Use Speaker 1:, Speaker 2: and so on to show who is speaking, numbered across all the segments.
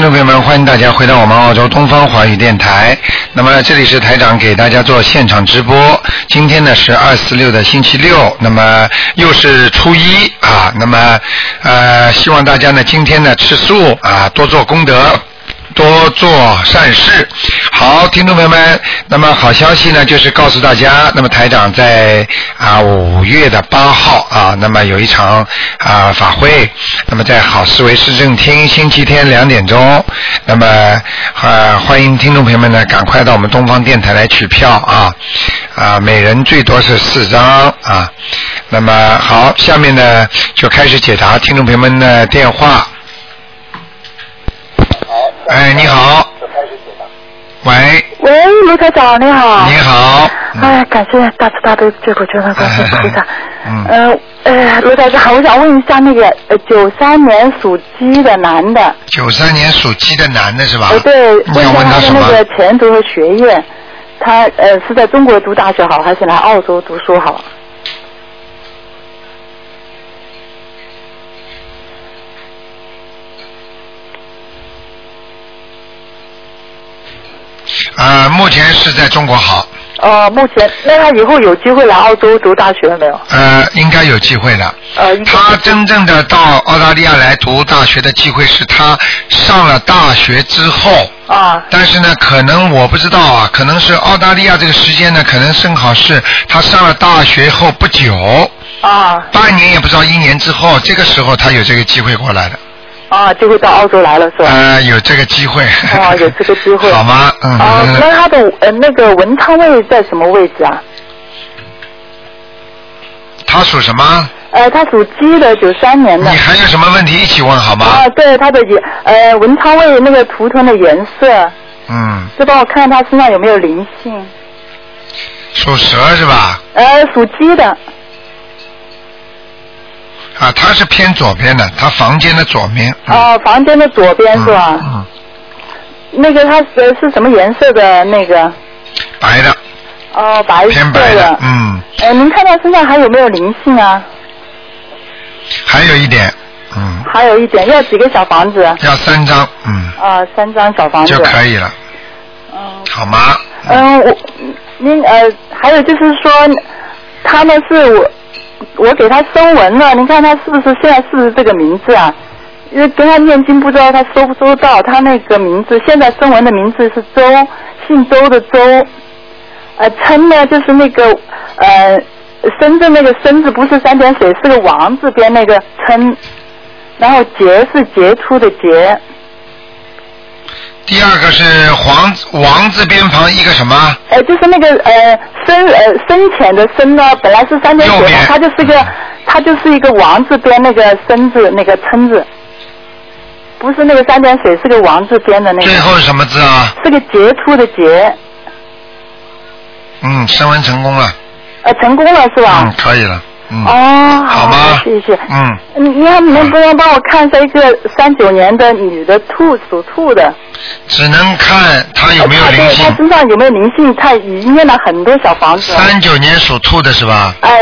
Speaker 1: 众朋友们，欢迎大家回到我们澳洲东方华语电台。那么这里是台长给大家做现场直播。今天呢是二四六的星期六，那么又是初一啊。那么呃，希望大家呢今天呢吃素啊，多做功德。多做善事。好，听众朋友们，那么好消息呢，就是告诉大家，那么台长在啊五月的八号啊，那么有一场啊法会，那么在好思维市政厅，星期天两点钟，那么啊欢迎听众朋友们呢，赶快到我们东方电台来取票啊啊，每人最多是四张啊。那么好，下面呢就开始解答听众朋友们的电话。哎，你好。喂，
Speaker 2: 喂，卢台长，你好。
Speaker 1: 你好。
Speaker 2: 哎，感谢大慈大悲救苦救难观世音菩萨。
Speaker 1: 嗯
Speaker 2: 呃，呃，卢台长，我想问一下那个呃九三年属鸡的男的，
Speaker 1: 九三年属鸡的男的是吧
Speaker 2: 呃，？对，
Speaker 1: 你
Speaker 2: 问一
Speaker 1: 啊想
Speaker 2: 下
Speaker 1: 问他
Speaker 2: 他的
Speaker 1: 什
Speaker 2: 那
Speaker 1: 么？
Speaker 2: 个前途和学业，他呃是在中国读大学好，还是来澳洲读书好？
Speaker 1: 啊，目前是在中国好，
Speaker 2: 哦、目前那他以后有机会来澳洲读大学了没有？
Speaker 1: 呃，应该有机会的。
Speaker 2: 呃，应该
Speaker 1: 他真正的到澳大利亚来读大学的机会是他上了大学之后，
Speaker 2: 啊
Speaker 1: 但是呢，可能我不知道啊，可能是澳大利亚这个时间呢，可能正好是他上了大学后不久，
Speaker 2: 啊
Speaker 1: 半年也不知道一年之后，这个时候他有这个机会过来的。
Speaker 2: 啊，就会到澳洲来了是吧？
Speaker 1: 呃，有这个机会。
Speaker 2: 哦有这个机 会
Speaker 1: 好吗？嗯。
Speaker 2: 哦、那他的呃那个文昌位在什么位置啊？
Speaker 1: 他属什么？
Speaker 2: 呃，他属鸡的，九三年的
Speaker 1: 你。还有什么问题一起问好吗？
Speaker 2: 啊，对，他的颜呃文昌位那个图腾的颜色，
Speaker 1: 嗯，
Speaker 2: 就帮我看看他身上有没有灵性。
Speaker 1: 属蛇是吧？
Speaker 2: 呃，属鸡的，
Speaker 1: 啊，他是偏左边的，他房间的左面。嗯
Speaker 2: 哦、房间的左边是吧？
Speaker 1: 嗯，
Speaker 2: 那个他呃是是什么颜色的那个？
Speaker 1: 嗯白的，
Speaker 2: 哦、白色
Speaker 1: 偏白的，嗯，
Speaker 2: 呃，您看他身上还有没有灵性啊？
Speaker 1: 还有一点，嗯，
Speaker 2: 还有一点，要几个小房子？啊、
Speaker 1: 要三张，嗯，
Speaker 2: 三张小房子。
Speaker 1: 就可以了，
Speaker 2: 嗯
Speaker 1: 好吗？
Speaker 2: 嗯，我您呃，还有就是说，他们是我我给他声纹了，您看他是不是现在是不是这个名字啊？因为跟他念经不知道他收不收到，他那个名字现在声纹的名字是周，姓周的周，呃，琛呢就是那个呃深圳那个深字不是三点水，是个王字边那个琛，然后杰是杰出的杰，
Speaker 1: 第二个是黄王字边旁一个什么？
Speaker 2: 呃，就是那个呃深呃深浅的深呢，本来是三点
Speaker 1: 右嗯
Speaker 2: 水嘛
Speaker 1: 边，
Speaker 2: 它就是个它就是一个王字边那个深字那个称字，不是那个三点水，是个王字边的那个
Speaker 1: 最，后是什么字啊？
Speaker 2: 是个杰出的杰，
Speaker 1: 嗯，升温成功了，
Speaker 2: 呃，成功了是吧
Speaker 1: 嗯，？可以了，嗯，
Speaker 2: 哦，
Speaker 1: 好吗？
Speaker 2: 谢谢。
Speaker 1: 嗯，
Speaker 2: 你你看，你能不能帮我看一下一个三九年的女的兔，属兔的，
Speaker 1: 只能看他有没有
Speaker 2: 她
Speaker 1: 灵
Speaker 2: 对她
Speaker 1: 性。
Speaker 2: 身上有没有灵性？她已经念了很多小房子了，
Speaker 1: 三九年属兔的是吧？
Speaker 2: 哎，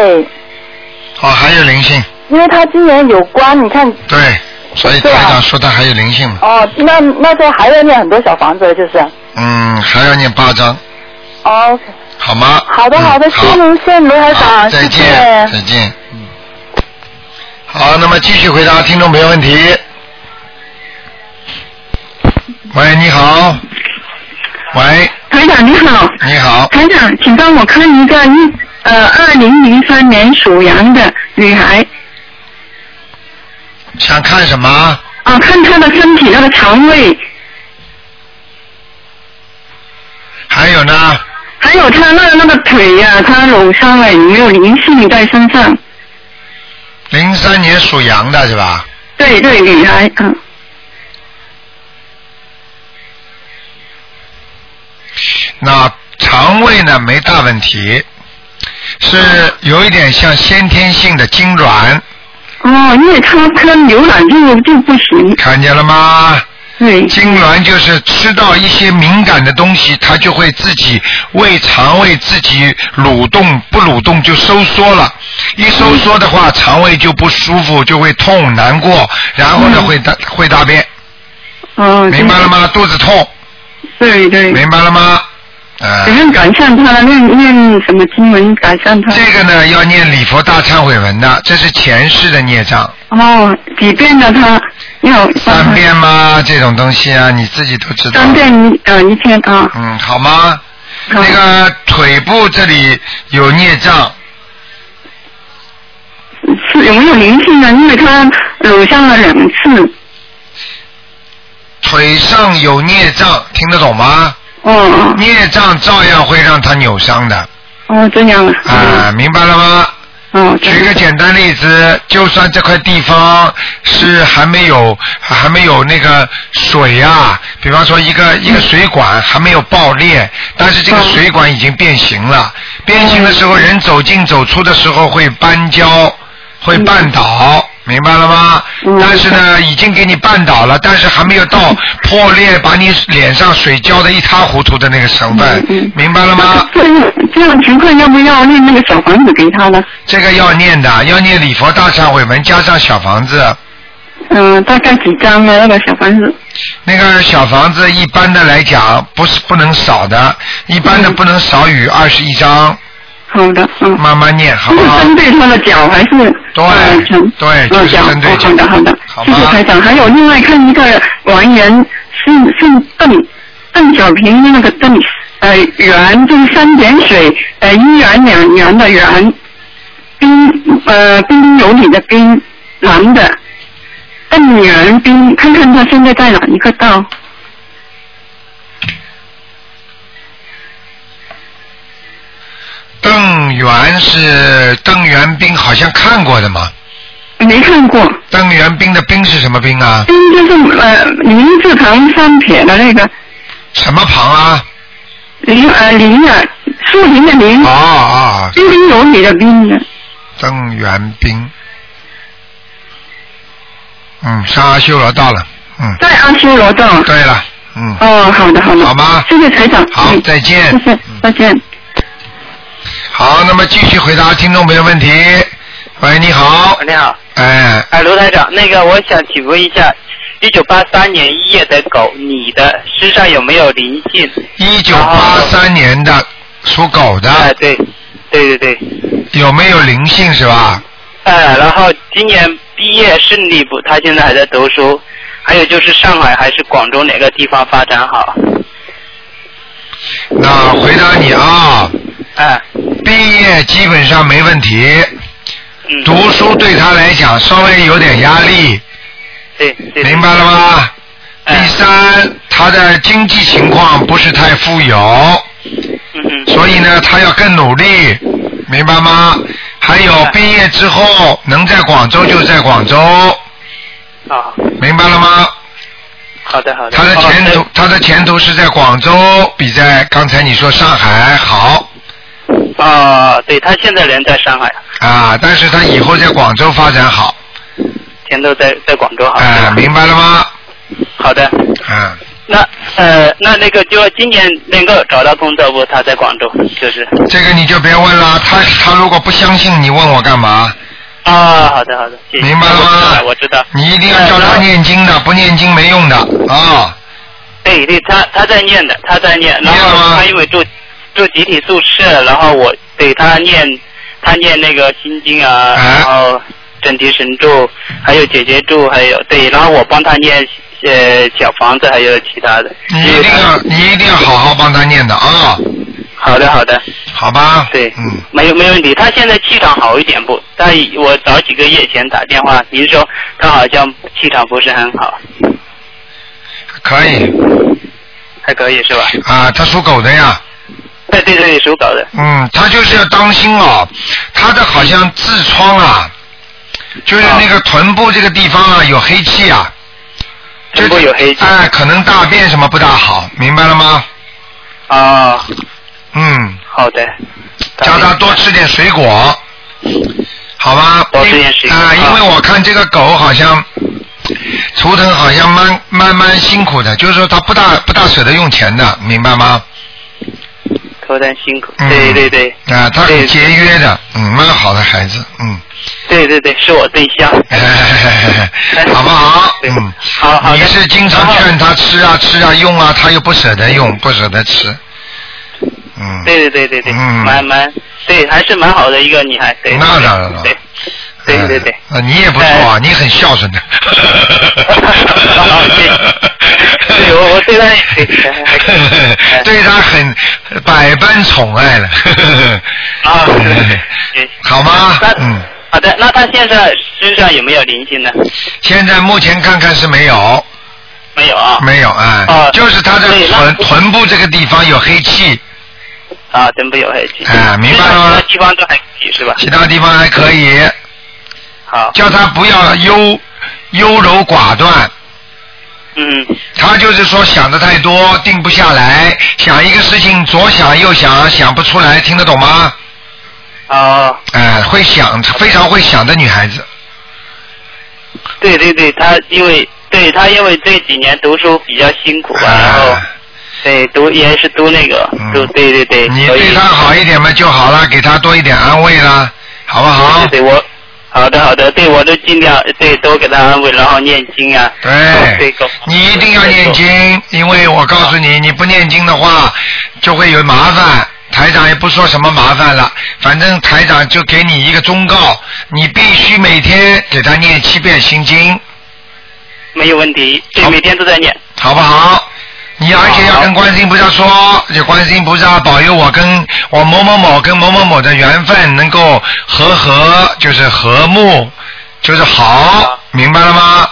Speaker 1: 哦，还有灵性，
Speaker 2: 因为她今年有关，你看
Speaker 1: 对，所以
Speaker 2: 对啊
Speaker 1: 台长说他还有灵性嘛。
Speaker 2: 哦，那那时候还要念很多小房子，就是。
Speaker 1: 嗯，还要念八章，
Speaker 2: 哦，
Speaker 1: 好吗？
Speaker 2: 好的
Speaker 1: 嗯
Speaker 2: 好的，谢谢您，谢谢卢台
Speaker 1: 好
Speaker 2: 长，
Speaker 1: 再
Speaker 2: 谢
Speaker 1: 见，
Speaker 2: 谢。
Speaker 1: 再见。嗯，好，那么继续回答听众朋友问题。喂，你好。喂，
Speaker 3: 台长你好，
Speaker 1: 你好，
Speaker 3: 台长，请帮我看一个一呃二零零三年属羊的女孩
Speaker 1: 想看什么？
Speaker 3: 啊，看她的身体、她的肠胃，
Speaker 1: 还有呢？
Speaker 3: 还有她那那个腿呀、她扭伤了，有没有灵性在身上？
Speaker 1: 零三年属羊的是吧？
Speaker 3: 对对，女孩，嗯，
Speaker 1: 那肠胃呢没大问题，是有一点像先天性的痉挛，
Speaker 3: 哦，因为她她浏览就就不行，
Speaker 1: 看见了吗？
Speaker 3: 对，
Speaker 1: 痉挛就是吃到一些敏感的东西，它就会自己胃肠胃自己蠕动，不蠕动就收缩了。一收缩的
Speaker 3: 嗯
Speaker 1: 话，肠胃就不舒服，就会痛难过，然后呢
Speaker 3: 嗯
Speaker 1: 会大会大便。
Speaker 3: 哦，
Speaker 1: 明白了吗？肚子痛，
Speaker 3: 对？对对，
Speaker 1: 明白了吗？啊、
Speaker 3: 怎样改善他的？念念什么经文改善他？
Speaker 1: 这个呢要念礼佛大忏悔文的，这是前世的孽障，
Speaker 3: 哦，几遍的他要帮
Speaker 1: 三
Speaker 3: 他
Speaker 1: 遍吗？这种东西啊，你自己都知道。
Speaker 3: 嗯三遍一呃一天啊，
Speaker 1: 嗯，好吗？
Speaker 3: 好
Speaker 1: 那个腿部这里有孽障，
Speaker 3: 是有没有灵性呢？因为他乳上了两次，
Speaker 1: 腿上有孽障，听得懂吗？
Speaker 3: 哦哦
Speaker 1: 孽障照样会让他扭伤的
Speaker 3: 哦，这样啊，
Speaker 1: 啊，明白了吗？
Speaker 3: 哦，这
Speaker 1: 举
Speaker 3: 样
Speaker 1: 个简单例子，就算这块地方是还没有还没有那个水啊，比方说一个一个水管还没有爆裂，但是这个
Speaker 3: 嗯
Speaker 1: 水管已经变形了。变形的时候，人走进走出的时候会搬胶，会绊倒，明白了吗
Speaker 3: 嗯？
Speaker 1: 但是呢，已经给你绊倒了，但是还没有到破裂把你脸上水浇的一塌糊涂的那个成
Speaker 3: 嗯
Speaker 1: 分
Speaker 3: 嗯，
Speaker 1: 明白了吗？
Speaker 3: 这样这样情况要不要念那个小房子给他呢？
Speaker 1: 这个要念的，要念礼佛大忏悔文加上小房子。
Speaker 3: 嗯、大概几张呢？那个小房子？
Speaker 1: 那个小房子一般的来讲，不是不能少的，一般的不能少于二十一张，
Speaker 3: 好的，嗯。
Speaker 1: 慢慢念，好
Speaker 3: 就
Speaker 1: 不
Speaker 3: 是
Speaker 1: 好？
Speaker 3: 针对他的脚还是
Speaker 1: 对
Speaker 3: 呃针
Speaker 1: 对就
Speaker 3: 呃
Speaker 1: 是
Speaker 3: 脚
Speaker 1: 针对
Speaker 3: 哦
Speaker 1: 脚
Speaker 3: 好的好的，
Speaker 1: 好吧
Speaker 3: 谢谢台长。还有另外看一个王源，姓姓邓，邓小平那个邓，呃，元就是三点水，呃，一元两元的元，冰呃冰有你的冰，男的，邓元冰，看看他现在在哪一个道？
Speaker 1: 邓元是邓元斌，好像看过的嘛。
Speaker 3: 没看过，
Speaker 1: 邓元斌的斌是什么斌 啊？
Speaker 3: 冰就是呃林字旁三撇的那个
Speaker 1: 什么旁啊？
Speaker 3: 林呃林啊，树林的林。
Speaker 1: 哦哦，
Speaker 3: 彬彬嗯有礼的彬呢？
Speaker 1: 邓元斌。嗯，上阿修罗道了。 嗯，
Speaker 3: 在阿修罗道。
Speaker 1: 对了，嗯，
Speaker 3: 哦，好的好的。
Speaker 1: 好吗
Speaker 3: 谢谢台长。
Speaker 1: 好，
Speaker 3: 嗯
Speaker 1: 再见。
Speaker 3: 谢谢，再见。
Speaker 1: 好，那么继续回答听众朋友问题。喂，你 好，
Speaker 4: 你好，
Speaker 1: 哎，
Speaker 4: 哦哎，卢台长，那个我想请问一下，一九八三年一月的狗，你的身上有没有灵性？
Speaker 1: 一九八三年的属狗
Speaker 4: 哎，
Speaker 1: 的
Speaker 4: 对，对对对，
Speaker 1: 有没有灵性是吧？
Speaker 4: 哎，然后今年毕业顺利不？他现在还在读书，还有就是上海还是广州哪个地方发展好？
Speaker 1: 那回答你啊，
Speaker 4: 哎，
Speaker 1: 毕业基本上没问题，
Speaker 4: 嗯，
Speaker 1: 读书对他来讲稍微有点压力，
Speaker 4: 对对，
Speaker 1: 明白了吗？第
Speaker 4: 哎，
Speaker 1: 三，他的经济情况不是太富有，
Speaker 4: 嗯嗯，
Speaker 1: 所以呢，他要更努力，明白吗？还有
Speaker 4: 哎
Speaker 1: 毕业之后能在广州就在广州，
Speaker 4: 好，
Speaker 1: 明白了吗？
Speaker 4: 哦好的好的。
Speaker 1: 他的前途
Speaker 4: 哦，
Speaker 1: 他的前途是在广州，比在刚才你说上海好
Speaker 4: 对哦，对他现在人在上海，
Speaker 1: 啊，但是他以后在广州发展好，
Speaker 4: 前途在在广州好。
Speaker 1: 哎、明白了吗？
Speaker 4: 好的。
Speaker 1: 啊，
Speaker 4: 那呃，那那个就说今年能够找到工作不？他在广州，就是
Speaker 1: 这个你就别问了，他他如果不相信你问我干嘛？
Speaker 4: 啊，好的好的，谢谢。
Speaker 1: 明白了吗
Speaker 4: 我知道，呃我知道。
Speaker 1: 你一定要叫他念经的，不念经没用的啊。
Speaker 4: 哎对对，他他在念的，他在念，然
Speaker 1: 念了吗
Speaker 4: 后他因为住住集体宿舍，然后我对他念他念那个心经啊，
Speaker 1: 哎
Speaker 4: 然后整提神咒，还有解结咒，还有对，然后我帮他念呃小房子，还有其他的。
Speaker 1: 你一定要，你一定要好好帮他念的啊，
Speaker 4: 好的好的。
Speaker 1: 好吧？
Speaker 4: 对，
Speaker 1: 嗯，
Speaker 4: 没有没有问题。他现在气场好一点不？他我早几个月前打电话，您说他好像气场不是很好，
Speaker 1: 可以
Speaker 4: 还可以是吧？
Speaker 1: 啊，他属狗的呀，
Speaker 4: 对对对，手稿的。
Speaker 1: 嗯，他就是要当心哦，他的好像痔疮啊，就是那个臀部这个地方啊有黑气啊，
Speaker 4: 嗯臀部有黑气哦
Speaker 1: 哎，可能大便什么不大好，明白了吗？
Speaker 4: 啊、
Speaker 1: 嗯，
Speaker 4: 好的。
Speaker 1: 叫他多吃点水果，好吧？
Speaker 4: 多吃点水果
Speaker 1: 啊、
Speaker 4: 啊
Speaker 1: 因为我看这个狗好像。图腾好像蛮蛮蛮辛苦的，就是说它不大不大舍得用钱的，明白吗？
Speaker 4: 头脱单辛苦。
Speaker 1: 嗯
Speaker 4: 对对对，
Speaker 1: 啊，他很
Speaker 4: 对
Speaker 1: 节约的，嗯，蛮好的孩子，嗯，
Speaker 4: 对对对，是我对象。
Speaker 1: 哎 好不好？
Speaker 4: 对
Speaker 1: 嗯，
Speaker 4: 好好的
Speaker 1: 你是经常劝他吃啊吃啊用啊，他又不舍得用，不舍得吃，嗯，
Speaker 4: 对对对对对，
Speaker 1: 嗯
Speaker 4: 蛮蛮对，还是蛮好的一个女孩。对，
Speaker 1: 那当然了
Speaker 4: 对对对对。
Speaker 1: 呃，你也不错啊，你很孝顺的。
Speaker 4: 谢谢对我我对他也 对
Speaker 1: 对他很百般宠爱了。
Speaker 4: 啊，对对对对，
Speaker 1: 好吗
Speaker 4: 那？
Speaker 1: 嗯，
Speaker 4: 好的，那他现在身上有没有灵性呢？
Speaker 1: 现在目前看看是没有，
Speaker 4: 没有啊。
Speaker 1: 没有啊，
Speaker 4: 啊
Speaker 1: 就是他的
Speaker 4: 对那
Speaker 1: 臀臀部这个地方有黑气，
Speaker 4: 啊，真不有黑气。
Speaker 1: 哎明白了吗
Speaker 4: 其他地方都还可以是吧？
Speaker 1: 其他地方还可以，
Speaker 4: 好，
Speaker 1: 叫他不要优优柔寡断。
Speaker 4: 嗯，
Speaker 1: 他就是说想的太多，定不下来，想一个事情左想右想，想不出来，听得懂吗？
Speaker 4: 哦，
Speaker 1: 哎、会想，非常会想的女孩子。
Speaker 4: 对对对，他因为对他因为这几年读书比较辛苦吧，然后
Speaker 1: 哎
Speaker 4: 对读也是读那个
Speaker 1: 嗯
Speaker 4: 读，对对对，
Speaker 1: 你
Speaker 4: 所以
Speaker 1: 对她好一点嘛就好了，给她多一点安慰啦，好不好？
Speaker 4: 对对对我。好的，好的，对我都尽量对多给他安慰，然后念经啊。对
Speaker 1: 对
Speaker 4: 够，
Speaker 1: 你一定要念经，因为我告诉你，你不念经的话，就会有麻烦。台长也不说什么麻烦了，反正台长就给你一个忠告，你必须每天给她念七遍心经，
Speaker 4: 没有问题，对
Speaker 1: 好，
Speaker 4: 每天都在念。
Speaker 1: 好不好？你而且要跟观世音菩萨说，就观世音菩萨保佑我跟我某某某跟某某某的缘分能够和和，就是和睦，就是好
Speaker 4: 好，
Speaker 1: 明白了吗？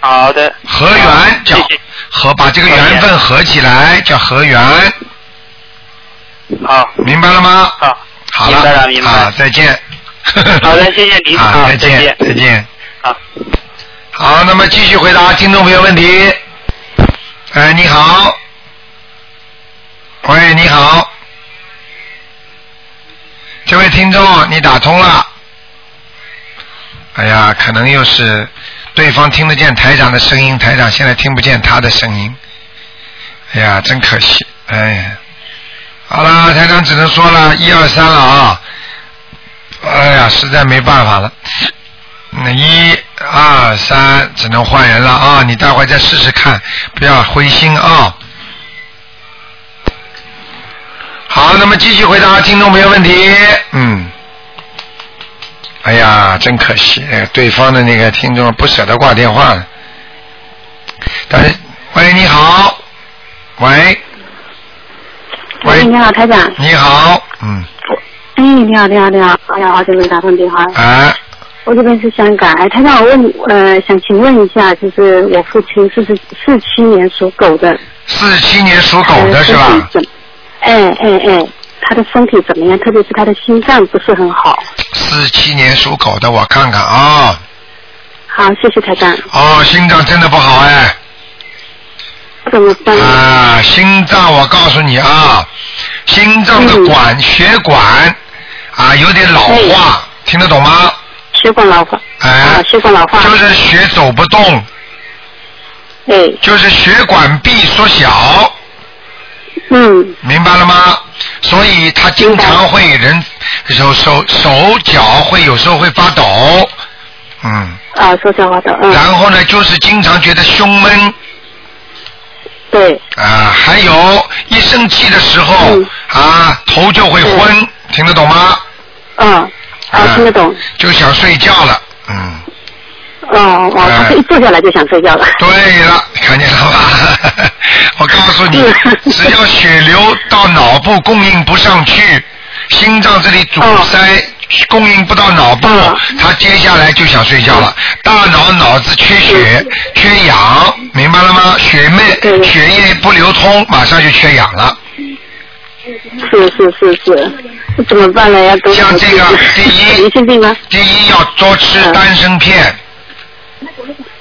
Speaker 4: 好的。
Speaker 1: 和缘
Speaker 4: 谢
Speaker 1: 叫
Speaker 4: 谢。
Speaker 1: 和，把这个缘分合起来叫和缘，
Speaker 4: 好，
Speaker 1: 明白了吗？
Speaker 4: 好，
Speaker 1: 好
Speaker 4: 明白了，明白
Speaker 1: 好，
Speaker 4: 了。
Speaker 1: 再见。
Speaker 4: 好的，谢谢您。
Speaker 1: 好，
Speaker 4: 啊
Speaker 1: 再
Speaker 4: 见
Speaker 1: 见，，再见。
Speaker 4: 好。
Speaker 1: 好，那么继续回答听众朋友问题。哎，你好。喂，你好。这位听众，你打通了。哎呀，可能又是对方听得见台长的声音，台长现在听不见他的声音。哎呀，真可惜。哎呀，好了，台长只能说了一二三了啊。哎呀，实在没办法了。那一二三，只能换人了啊！你待会儿再试试看，不要灰心啊。好，那么继续回答听众朋友问题。嗯，哎呀，真可惜，哎对方的那个听众不舍得挂电话了。但是，喂，你好，喂，
Speaker 5: 哎，
Speaker 1: 喂
Speaker 5: 你，好，台长。
Speaker 1: 你好，嗯，
Speaker 5: 哎，你好，你好，你好。哎呀，好久没打通电话了。
Speaker 1: 哎，
Speaker 5: 我这边是香港。哎，台长，我问，呃，想请问一下，就是我父亲是不是四七年属狗的？
Speaker 1: 四七年属狗
Speaker 5: 呃
Speaker 1: 的是
Speaker 5: 身
Speaker 1: 吧
Speaker 5: 体？怎哎哎哎，他的身体怎么样？特别是他的心脏不是很好。
Speaker 1: 四七年属狗的，我看看啊、
Speaker 5: 好，谢谢台长。
Speaker 1: 哦，心脏真的不好哎。
Speaker 5: 怎么办？
Speaker 1: 啊，心脏，我告诉你啊，心脏的管、血管啊有点老化，听得懂吗？
Speaker 5: 血管老化。
Speaker 1: 哎、
Speaker 5: 啊，血管老化。
Speaker 1: 就是血走不动，
Speaker 5: 哎，
Speaker 1: 就是血管壁缩小，
Speaker 5: 嗯，
Speaker 1: 明白了吗？所以他经常会人手手手脚会有时候会发抖，嗯，
Speaker 5: 啊，说笑话的，嗯，
Speaker 1: 然后呢就是经常觉得胸闷，
Speaker 5: 对，
Speaker 1: 啊，还有一生气的时候、
Speaker 5: 嗯
Speaker 1: 啊，头就会昏，听得懂吗？
Speaker 5: 嗯，
Speaker 1: 啊
Speaker 5: 啊，听得懂，
Speaker 1: 就想睡觉了，嗯，
Speaker 5: 哦，哦，
Speaker 1: 哎
Speaker 5: 他是一坐下来就想睡觉了，
Speaker 1: 对了，看见 了吧？我告诉你，
Speaker 5: 嗯
Speaker 1: 只要血流到脑部供应不上去，心脏这里阻塞，供应不到脑部
Speaker 5: 嗯，
Speaker 1: 他接下来就想睡觉了。大脑脑子缺血、
Speaker 5: 嗯
Speaker 1: 缺氧，明白了吗？血
Speaker 5: 对
Speaker 1: 脉、血液不流通，马上就缺氧了。
Speaker 5: 是是是是，怎么办呢？要多
Speaker 1: 像这个第一
Speaker 5: 疑心病吗？
Speaker 1: 第一要多吃
Speaker 5: 嗯
Speaker 1: 丹参片，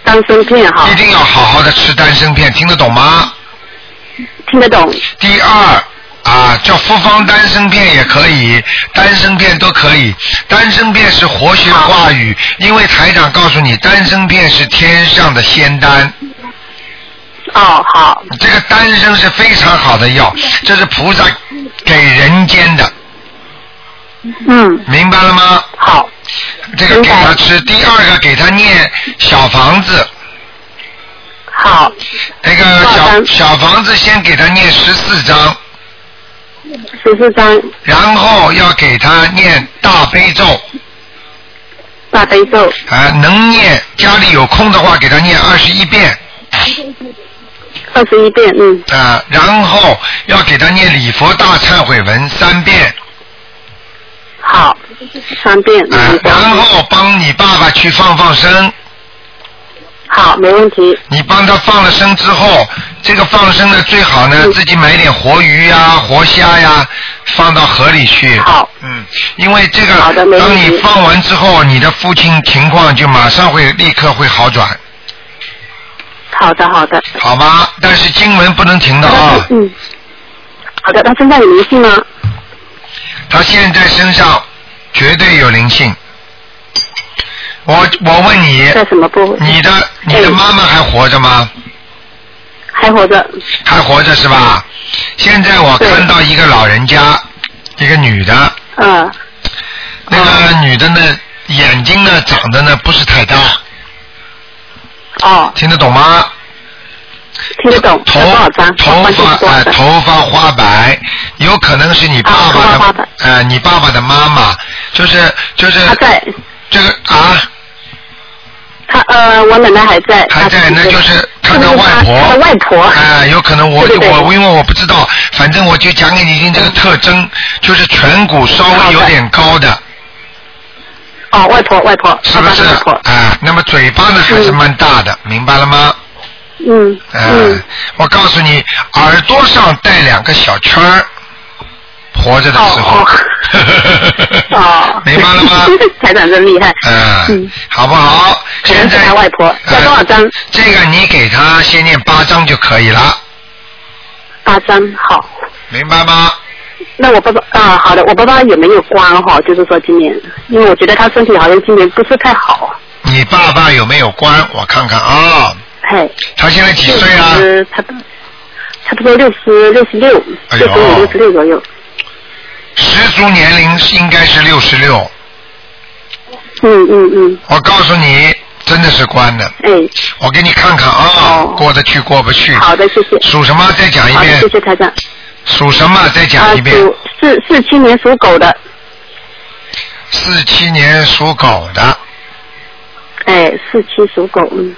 Speaker 5: 丹参片哈
Speaker 1: 一，定要好好的吃丹参片，听得懂吗？
Speaker 5: 听得懂，
Speaker 1: 第二啊，叫复方丹参片也可以，丹参片都可以。丹参片是活血化瘀，因为台长告诉你，丹参片是天上的仙丹，
Speaker 6: 哦，好，
Speaker 1: 这个丹参是非常好的药，这是菩萨给人间的，
Speaker 6: 嗯，
Speaker 1: 明白了吗？
Speaker 6: 好，
Speaker 1: 这个给
Speaker 6: 明白
Speaker 1: 他吃，第二个给他念小房子，
Speaker 6: 好，
Speaker 1: 那个
Speaker 6: 多少
Speaker 1: 小
Speaker 6: 张
Speaker 1: 小房子先给他念十四章，
Speaker 7: 十四张
Speaker 1: 然后要给他念大悲咒，
Speaker 6: 大悲咒，
Speaker 1: 啊、能念家里有空的话给他念二十一遍，
Speaker 7: 二十一遍，嗯，
Speaker 1: 啊、然后要给他念礼佛大忏悔文三遍，
Speaker 6: 好，
Speaker 7: 三遍，
Speaker 1: 啊、
Speaker 7: 嗯
Speaker 1: 然后帮你爸爸去放放生，
Speaker 7: 好，没问题，
Speaker 1: 你帮他放了生之后，这个放生呢最好
Speaker 7: 嗯
Speaker 1: 呢自己买点活鱼呀、活虾呀，放到河里去。
Speaker 6: 好，
Speaker 1: 嗯，因为这个
Speaker 7: 好的没问
Speaker 1: 当
Speaker 7: 题
Speaker 1: 你放完之后，你的父亲情况就马上会立刻会好转，
Speaker 7: 好的好的，
Speaker 1: 好吧？但是经文不能停的啊，
Speaker 7: 嗯，好的，他身上有灵性吗？
Speaker 1: 他现在身上绝对有灵性。我我问你，
Speaker 7: 在什么部位？
Speaker 1: 你的你的
Speaker 7: 嗯
Speaker 1: 妈妈还活着吗？
Speaker 7: 还活着，
Speaker 1: 还活着是吧？
Speaker 7: 嗯
Speaker 1: 现在我
Speaker 7: 对
Speaker 1: 看到一个老人家，一个女的，
Speaker 7: 嗯，
Speaker 1: 那个女的呢，眼睛呢长得呢不是太大，
Speaker 7: 哦，
Speaker 1: 听得懂吗？
Speaker 7: 听得懂，
Speaker 1: 头
Speaker 7: 有多少张？
Speaker 1: 头
Speaker 7: 关键是
Speaker 1: 发
Speaker 7: 多少
Speaker 1: 哎、
Speaker 7: 张
Speaker 1: 头发花白，有可能是你爸
Speaker 7: 啊头发
Speaker 1: 爸
Speaker 7: 花
Speaker 1: 的、
Speaker 7: 白
Speaker 1: 呃你爸爸的妈妈，就是就是
Speaker 7: 他在，
Speaker 1: 这个啊
Speaker 7: 他呃，我奶奶还在，
Speaker 1: 还在，
Speaker 7: 她
Speaker 1: 那就是他的
Speaker 7: 是不是
Speaker 1: 外婆。
Speaker 7: 她的外婆，
Speaker 1: 哎、有可能我
Speaker 7: 对对对
Speaker 1: 我因为我不知道，反正我就讲给你听这个特征，就是颧骨稍微有点高的，
Speaker 7: 哦，外婆外婆，
Speaker 1: 是不是？
Speaker 7: 她的外
Speaker 1: 啊
Speaker 7: 婆、，
Speaker 1: 那么嘴巴呢还是
Speaker 7: 嗯
Speaker 1: 蛮大的，明白了吗？
Speaker 7: 嗯
Speaker 1: 嗯
Speaker 7: 嗯，，
Speaker 1: 我告诉你，耳朵上带两个小圈儿，活着的时候。
Speaker 7: 哦 哦，
Speaker 1: 明白了 吗？？
Speaker 7: 台长真厉害，
Speaker 1: 嗯
Speaker 7: 嗯，
Speaker 1: 好不好？
Speaker 7: 可能
Speaker 1: 现在
Speaker 7: 是他外婆要多少张
Speaker 1: 呃这个你给他先念八张就可以了，
Speaker 7: 八张好。
Speaker 1: 明白吗？
Speaker 7: 那我爸爸啊，好的，我爸爸也没有关哈、就是说今年，因为我觉得他身体好像今年不是太好，
Speaker 1: 你爸爸有没有关？我看看啊、
Speaker 7: 嘿，
Speaker 1: 他现在几岁啊？
Speaker 7: 就是他差不多六十六十六，
Speaker 1: 哎呦
Speaker 7: 六十五六十六左右，
Speaker 1: 十足年龄是应该是六十六。
Speaker 7: 嗯嗯嗯，
Speaker 1: 我告诉你，真的是关的。
Speaker 7: 哎，
Speaker 1: 我给你看看啊、
Speaker 7: 哦
Speaker 1: 过得去过不去。
Speaker 7: 好的，谢谢，
Speaker 1: 属什么？再讲一
Speaker 7: 好的，
Speaker 1: 遍
Speaker 7: 谢。谢台长，
Speaker 1: 属什么？再
Speaker 7: 啊
Speaker 1: 讲一，遍。
Speaker 7: 属四四七年属狗的，
Speaker 1: 四七年属狗的，啊
Speaker 7: 哎，四七属狗，嗯，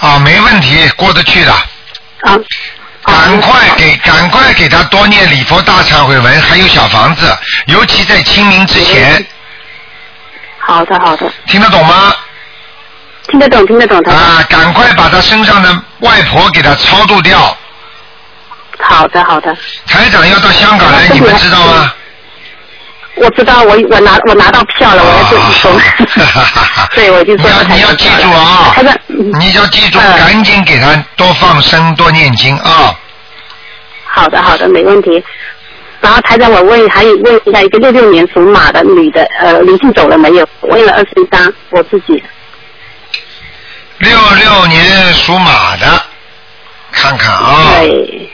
Speaker 1: 啊，没问题，过得去的。
Speaker 7: 啊，
Speaker 1: 赶快给，赶快给他多念礼佛大忏悔文，还有小房子，尤其在清明之前，
Speaker 7: 嗯好的好的，
Speaker 1: 听得懂吗？
Speaker 7: 听得懂听得懂，台长，
Speaker 1: 啊，赶快把他身上的外婆给他超度掉。
Speaker 7: 好的好的，
Speaker 1: 台长要到香港来，你们知道吗？
Speaker 7: 我知道，我我拿我拿到票了，我要做义
Speaker 1: 啊，
Speaker 7: 工 对，我就
Speaker 1: 你
Speaker 7: 说
Speaker 1: 要
Speaker 7: 台长
Speaker 1: 你要记住啊
Speaker 7: 台长，，嗯
Speaker 1: 你要记住，
Speaker 7: 嗯
Speaker 1: 赶紧给他多放生，多念经啊。
Speaker 7: 好的，好的，没问题。然后台长，我问还有问一下，一个六六年属马的女的，呃，灵性走了没有？我问了二十一张，我自己
Speaker 1: 六六年属马的，看看啊。
Speaker 7: 对，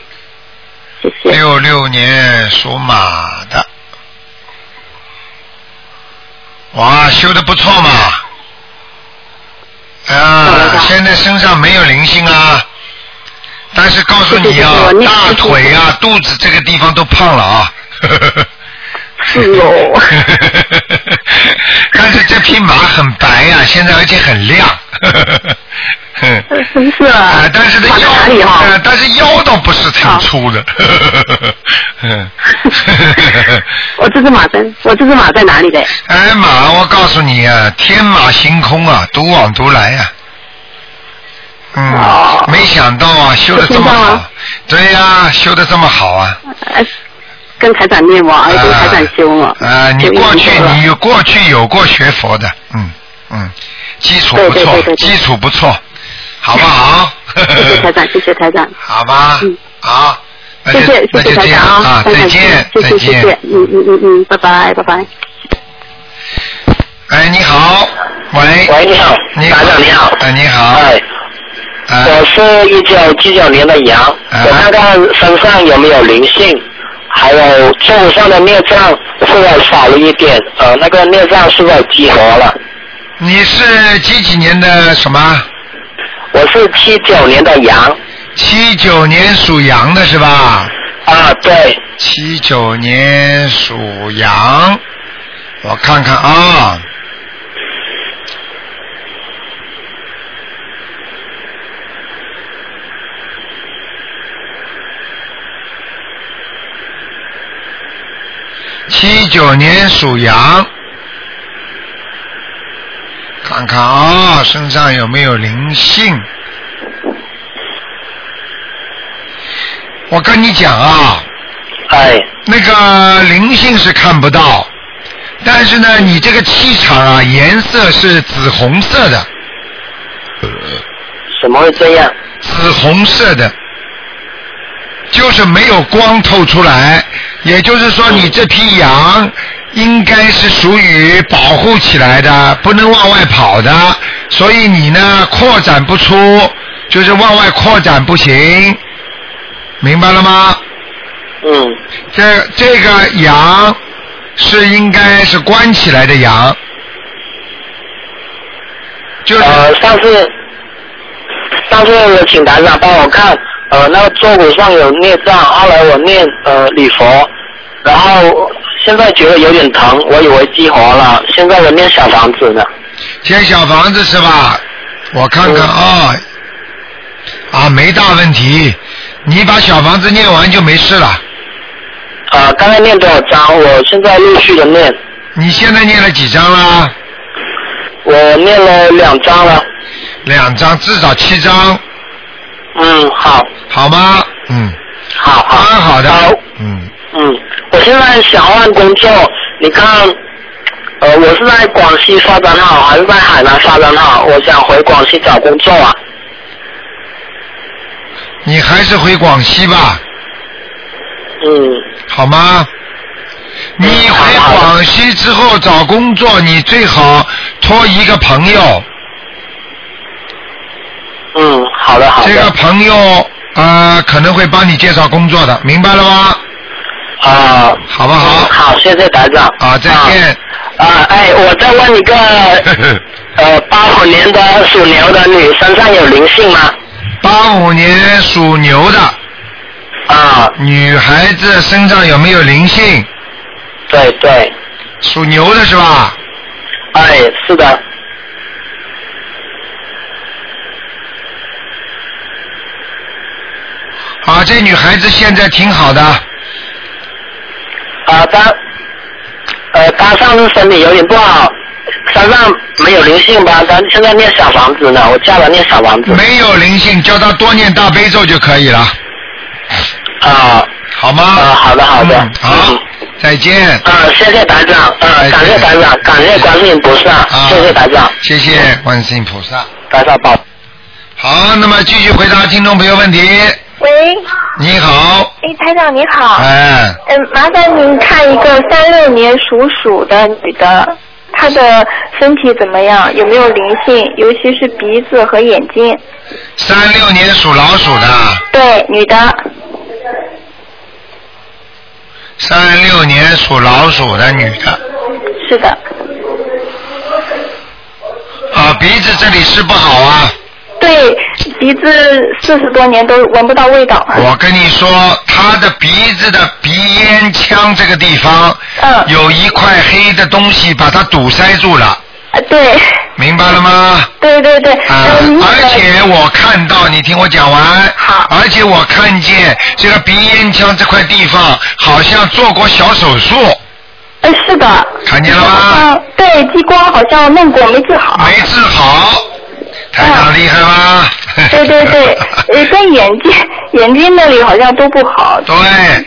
Speaker 7: 谢谢。
Speaker 1: 六六年属马的，哇，修的不错嘛，
Speaker 7: 好
Speaker 1: 啊
Speaker 7: 的，
Speaker 1: 现在身上没有灵性啊，但是告诉你啊
Speaker 7: 对对对我，念
Speaker 1: 大腿啊、肚子这个地方都胖了啊，
Speaker 7: 是哦，
Speaker 1: 但是这匹马很白 啊，现在而且很亮，
Speaker 7: 真是
Speaker 1: 啊
Speaker 7: 啊，，
Speaker 1: 但是的
Speaker 7: 放在
Speaker 1: 腰
Speaker 7: 哪里，哈、
Speaker 1: 呃，但是腰倒不是挺粗 的。 嗯
Speaker 7: 我这只马在，我这只马在哪里嘞？
Speaker 1: 哎马，我告诉你啊，天马行空啊，独往独来啊。嗯，
Speaker 7: 哦
Speaker 1: 没想到啊，修的这么
Speaker 7: 是天上
Speaker 1: 好
Speaker 7: 吗。
Speaker 1: 对呀、修的这么好啊。
Speaker 7: 哎跟台长念我，哎跟台长修我。
Speaker 1: 啊、啊你
Speaker 7: 就一直
Speaker 1: 过去
Speaker 7: 修了
Speaker 1: 你有过去有过学佛的，嗯嗯，基础不错，
Speaker 7: 对对对对对
Speaker 1: 基础不错，好不好？呃
Speaker 7: 谢谢台长，谢谢台长，
Speaker 1: 好吧，
Speaker 7: 嗯
Speaker 1: 好，那就
Speaker 7: 谢谢
Speaker 1: 那
Speaker 7: 谢
Speaker 1: 就
Speaker 7: 谢
Speaker 1: 这
Speaker 7: 台
Speaker 1: 样
Speaker 7: 长
Speaker 1: 啊，
Speaker 7: 台
Speaker 1: 再
Speaker 7: 长
Speaker 1: 见，
Speaker 7: 谢嗯
Speaker 1: 再
Speaker 7: 谢谢谢
Speaker 1: 见。，
Speaker 2: 啊
Speaker 7: 嗯嗯嗯嗯，拜拜拜拜。
Speaker 1: 哎，你好，喂，
Speaker 3: 喂，你好，
Speaker 1: 你
Speaker 3: 台长你好，
Speaker 1: 哎，你好，
Speaker 3: 哎，
Speaker 1: 啊，
Speaker 3: 我呃是一九七九年的羊，
Speaker 1: 啊
Speaker 3: 我看看身上有没有灵性，还有桌子上的孽障是不是少了一点？呃，那个孽障是不是激活了？
Speaker 1: 你是几几年的什么？
Speaker 3: 我是七九年的羊，
Speaker 1: 七九年属羊的是吧？
Speaker 3: 啊，对，
Speaker 1: 七九年属羊，我看看啊。七九年属羊，看看啊、身上有没有灵性？我跟你讲啊，
Speaker 3: 哎，
Speaker 1: 那个灵性是看不到，但是呢，你这个气场啊，颜色是紫红色的，
Speaker 3: 怎么会这样？
Speaker 1: 紫红色的，就是没有光透出来。也就是说，
Speaker 3: 嗯
Speaker 1: 你这匹羊应该是属于保护起来的，不能往外跑的，所以你呢扩展不出，就是往外扩展不行，明白了吗？
Speaker 3: 嗯，
Speaker 1: 这这个羊是应该是关起来的羊，就是
Speaker 3: 呃，上次上次我请台长帮我看，呃，那个坐骨上有孽障，后来我念呃礼佛，然后现在觉得有点疼，我以为激活了，现在我念小房子呢。
Speaker 1: 建小房子是吧？我看
Speaker 3: 嗯
Speaker 1: 看啊、啊，没大问题，你把小房子念完就没事了。
Speaker 3: 啊、刚才念多少章？我现在陆续的念，
Speaker 1: 你现在念了几张啊啦？
Speaker 3: 我念了两章了。
Speaker 1: 两张，至少七张，
Speaker 3: 嗯，好，
Speaker 1: 好吗？嗯，
Speaker 3: 好
Speaker 1: 蛮
Speaker 3: 好。
Speaker 1: 好
Speaker 3: 好
Speaker 1: 的。嗯，
Speaker 3: 嗯，我现在想换工作，你看，呃，我是在广西发展好，还是在海南发展好？我想回广西找工作啊。
Speaker 1: 你还是回广西吧，
Speaker 3: 嗯，
Speaker 1: 好吗？你回广西之后找工作，你最好托一个朋友，
Speaker 3: 嗯，好的，好的。
Speaker 1: 这个朋友呃可能会帮你介绍工作的，明白了吗？
Speaker 3: 啊、
Speaker 1: 好不好？
Speaker 3: 好，谢谢台长。
Speaker 1: 啊，再见。
Speaker 3: 啊。啊，哎，我再问一个，呃，八五年的属牛的女身上有灵性吗？
Speaker 1: 八五年属牛的
Speaker 3: 啊，
Speaker 1: 女孩子身上有没有灵性？
Speaker 3: 对对，
Speaker 1: 属牛的是吧？
Speaker 3: 哎，是的，
Speaker 1: 啊，这女孩子现在挺好的，
Speaker 3: 啊，她，呃，她上次身体有点不好，身上没有灵性吧？咱现在念小房子呢，我叫她念小房 子。
Speaker 1: 没有灵性，叫她多念大悲咒就可以了，
Speaker 3: 啊
Speaker 1: 好吗？
Speaker 3: 啊，好的好的，
Speaker 1: 嗯，好
Speaker 3: 嗯，
Speaker 1: 再见。
Speaker 3: 啊，谢谢台长，啊，
Speaker 1: 再见
Speaker 3: 感谢台长，感谢观世音菩萨，
Speaker 1: 啊，
Speaker 3: 谢谢台长，
Speaker 1: 谢谢观世音菩萨。
Speaker 3: 台长保。
Speaker 1: 好，那么继续回答听众朋友问题。
Speaker 2: 喂，
Speaker 1: 你好，
Speaker 2: 哎，台长你好，
Speaker 1: 哎，
Speaker 2: 嗯，麻烦您看一个三六年属鼠的女的，她的身体怎么样？有没有灵性？尤其是鼻子和眼睛。
Speaker 1: 三六年属老鼠的，
Speaker 2: 对，女的，
Speaker 1: 三六年属老鼠的女的，
Speaker 2: 是的，
Speaker 1: 啊，鼻子这里是不好啊。
Speaker 2: 对，鼻子四十多年都闻不到味道。
Speaker 1: 我跟你说，她的鼻子的鼻咽腔这个地方
Speaker 2: 嗯，
Speaker 1: 有一块黑的东西把它堵塞住了，
Speaker 2: 呃对，
Speaker 1: 明白了吗？
Speaker 2: 对对对，
Speaker 1: 啊、
Speaker 2: 嗯，
Speaker 1: 而且我看到，你听我讲完。
Speaker 2: 好
Speaker 1: 而且我看见这个鼻咽腔这块地方好像做过小手术，
Speaker 2: 呃是的，
Speaker 1: 看见了吗？啊
Speaker 2: 嗯，对，激光好像弄过没治好。
Speaker 1: 没治好，台长厉害吧？
Speaker 2: 哦对对 对，呃，跟眼睛眼睛那里好像都不好。
Speaker 1: 对，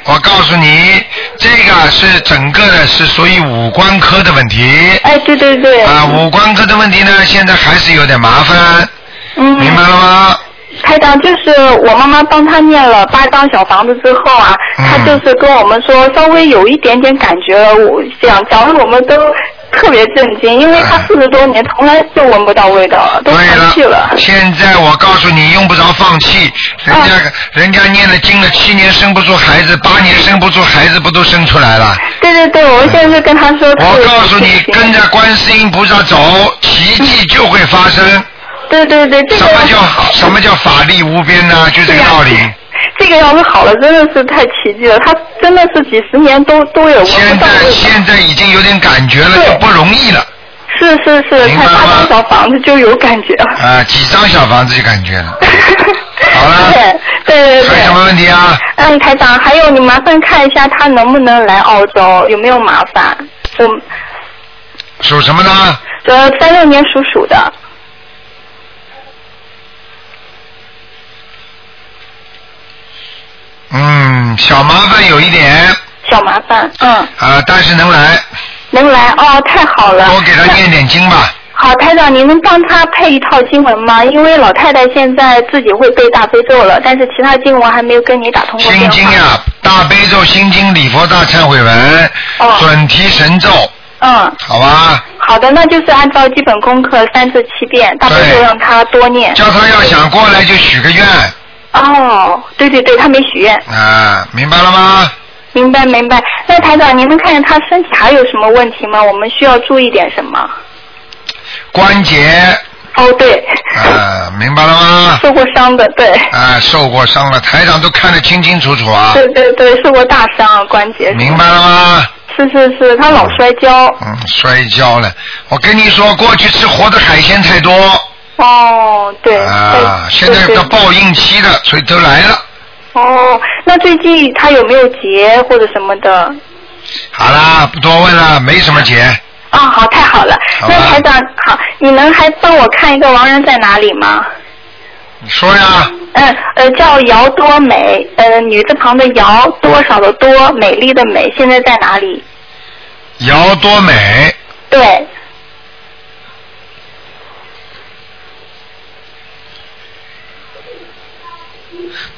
Speaker 1: 我告诉你，这个是整个的是属于五官科的问题。
Speaker 2: 哎，对对对，
Speaker 1: 啊，五官科的问题呢，现在还是有点麻烦，
Speaker 2: 嗯，
Speaker 1: 明白了吗？
Speaker 2: 台长，就是我妈妈帮她念了八张小房子之后啊，
Speaker 1: 嗯
Speaker 2: 她就是跟我们说稍微有一点点感觉了。我想，假如我们都特别震惊，因为他四十多年从来就闻不到味道了，都
Speaker 1: 哎对
Speaker 2: 放弃了。啊
Speaker 1: 现在我告诉你，用不着放弃。人家、人家念了经了，七年生不出孩子，八年生不出孩子，不都生出来了？
Speaker 2: 对对对，我现在就跟他说。
Speaker 1: 我告诉你，跟着观世音菩萨走，奇迹就会发生。
Speaker 2: 对对对，这
Speaker 1: 什
Speaker 2: 个
Speaker 1: 么叫什么叫法力无边呢？就这个道理。
Speaker 2: 这个要是好了，真的是太奇迹了。他真的是几十年都都有闻
Speaker 1: 现
Speaker 2: 不到
Speaker 1: 在
Speaker 2: 味道。
Speaker 1: 现在已经有点感觉了，就不容易了
Speaker 2: 是是是，
Speaker 1: 明白
Speaker 2: 他
Speaker 1: 吗
Speaker 2: 他张小房子就有感觉了。
Speaker 1: 啊、几张小房子就感觉了。好了，
Speaker 2: 对对对。
Speaker 1: 还有什么问题啊？
Speaker 2: 嗯，台长，还有你麻烦看一下他能不能来澳洲，有没有麻烦？我
Speaker 1: 属什么呢？
Speaker 2: 呃三六年属鼠的，
Speaker 1: 嗯，小麻烦有一点
Speaker 2: 小麻烦，嗯，
Speaker 1: 啊、但是能来，
Speaker 2: 能来哦，太好了。
Speaker 1: 多给他念点经吧。
Speaker 2: 好，台长，您能帮他配一套经文吗？因为老太太现在自己会背大悲咒了，但是其他经文还没有跟你打通过
Speaker 1: 心
Speaker 2: 电话。
Speaker 1: 经啊呀、大悲咒、心经、礼佛大忏悔文、准提神咒，
Speaker 2: 哦嗯，
Speaker 1: 好吧？
Speaker 2: 好的，那就是按照基本功课三至七遍，大悲咒让他多念。
Speaker 1: 叫他要想过来就许个愿
Speaker 2: 哦，对对对，他没许愿。
Speaker 1: 啊，明白了吗？
Speaker 2: 明白明白。那台长，您能看见他身体还有什么问题吗？我们需要注意点什么？
Speaker 1: 关节
Speaker 2: 哦，对，
Speaker 1: 啊，明白了吗？
Speaker 2: 受过伤的，对，
Speaker 1: 啊，受过伤了，台长都看得清清楚楚啊，
Speaker 2: 对对对，受过大伤，关节。
Speaker 1: 明白了吗？
Speaker 2: 是是是，他老摔跤。
Speaker 1: 嗯，摔跤了。我跟你说，过去吃活的海鲜太多
Speaker 2: 哦，对。
Speaker 1: 啊，现在
Speaker 2: 对
Speaker 1: 到报应期了，所以都来了。
Speaker 2: 哦，那最近他有没有结或者什么的？
Speaker 1: 好啦，不多问了，没什么结。
Speaker 2: 啊，好，太好了。
Speaker 1: 好吧
Speaker 2: 那台长，好，你能还帮我看一个亡人在哪里吗？
Speaker 1: 你说呀，
Speaker 2: 嗯，呃，叫姚多美，呃，女字旁的姚，多少的多，美丽的美，现在在哪里？
Speaker 1: 姚多美，
Speaker 2: 对，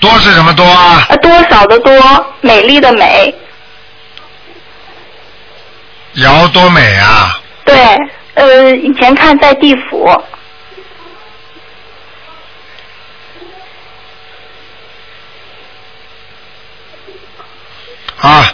Speaker 1: 多是什么多啊？
Speaker 2: 呃，多少的多，美丽的美，
Speaker 1: 姚多美啊，
Speaker 2: 对，呃，以前看在地府，
Speaker 1: 啊，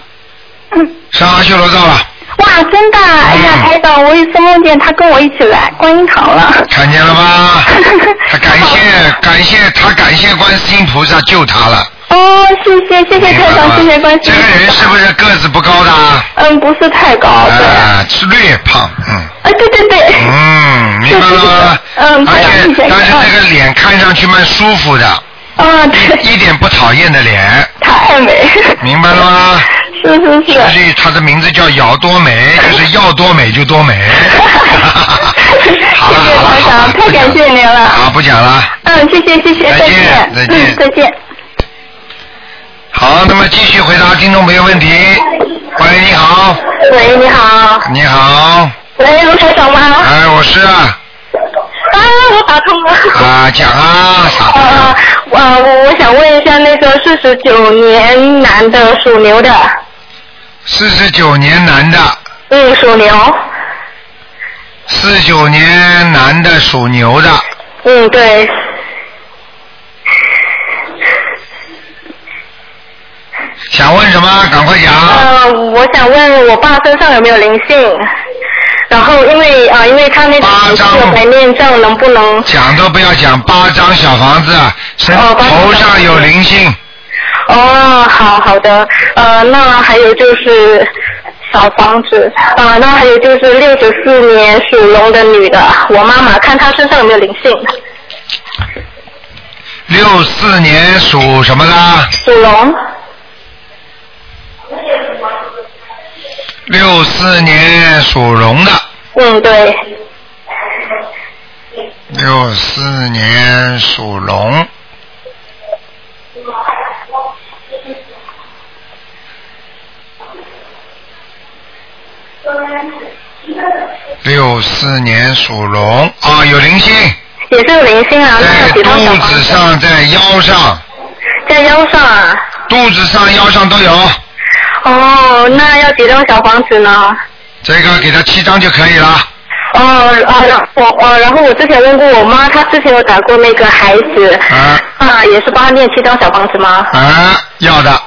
Speaker 1: 上阿修罗道了，
Speaker 2: 哇，真的，哎
Speaker 1: 嗯
Speaker 2: 呀，台长，我一次梦见他跟我一起来观音堂了，
Speaker 1: 看见了吗？ 他感谢感谢他感谢观世音菩萨救他了。
Speaker 2: 哦，谢谢谢谢台长，谢谢关
Speaker 1: 这
Speaker 2: 心
Speaker 1: 个，人是不是个子不高的啊？
Speaker 2: 嗯，不是太高，对，
Speaker 1: 啊，是略胖，嗯
Speaker 7: 啊
Speaker 2: 哎，对对对，
Speaker 1: 嗯，明白了吗？
Speaker 2: 嗯，台长
Speaker 1: 而
Speaker 2: 以
Speaker 1: 且
Speaker 2: 前
Speaker 1: 但是
Speaker 2: 看，
Speaker 1: 这个脸看上去蛮舒服的，
Speaker 2: 啊， 对，
Speaker 1: 一点不讨厌的脸，
Speaker 2: 太美，
Speaker 1: 明白了 吗？
Speaker 7: 哦
Speaker 2: 是是
Speaker 1: 所
Speaker 2: 是，
Speaker 1: 以他的名字叫姚多美， 就是要多美就多美。 好了
Speaker 2: 谢谢
Speaker 1: 好了
Speaker 2: 台
Speaker 1: 好
Speaker 2: 长，
Speaker 1: 了，
Speaker 2: 太感谢您了，
Speaker 1: 好，不讲了。
Speaker 2: 嗯，谢谢谢谢，
Speaker 1: 再
Speaker 2: 再
Speaker 1: 见再见
Speaker 2: 嗯，再见。
Speaker 1: 好，那么继续回答听众朋友问题。喂，你好，
Speaker 7: 喂，你好，
Speaker 1: 你好，
Speaker 7: 喂，卢台长吗？啊，
Speaker 1: 哎，我是啊，
Speaker 7: 我打通了。
Speaker 1: 啊讲啊，傻姑娘
Speaker 7: 呃，我我我想问一下，那个四十九年男的属牛的，
Speaker 1: 四十九年男的，
Speaker 7: 嗯，属牛，
Speaker 1: 四九年男的属牛的，
Speaker 7: 嗯，对，
Speaker 1: 想问什么？赶快讲。
Speaker 7: 呃，我想问我爸身上有没有灵性？然后因为啊、呃因为他那个
Speaker 1: 八
Speaker 7: 有
Speaker 1: 张
Speaker 7: 白念咒，能不能？
Speaker 1: 讲都不要讲，八张小房子，啊身
Speaker 7: 哦八张
Speaker 1: 头
Speaker 7: 小房
Speaker 1: 上
Speaker 7: 子
Speaker 1: 有灵性，
Speaker 7: 哦，好好的，呃，那还有就是小房子，
Speaker 2: 呃
Speaker 7: 啊、那还有就是六十四年属龙的女的，我妈妈看她身上有没有灵性，
Speaker 1: 六四年属什么的？
Speaker 7: 属龙，
Speaker 1: 六四年属龙的，
Speaker 7: 嗯，对，
Speaker 1: 六四年属龙。六四年属龙啊，有灵性，
Speaker 7: 也是有灵性啊，那
Speaker 1: 在
Speaker 7: 有几张小
Speaker 1: 肚
Speaker 7: 房
Speaker 1: 子
Speaker 7: 子，
Speaker 1: 上，在腰上，
Speaker 7: 在腰上啊，
Speaker 1: 肚子上、腰上都有。
Speaker 7: 哦，那要几张小房子呢？
Speaker 1: 这个给他七张就可以了。
Speaker 5: 哦啊，然后我哦，然后我之前问过我妈，她之前有打过那个孩子，
Speaker 1: 啊
Speaker 5: 啊，也是帮她念七张小房子吗？
Speaker 1: 啊，要的，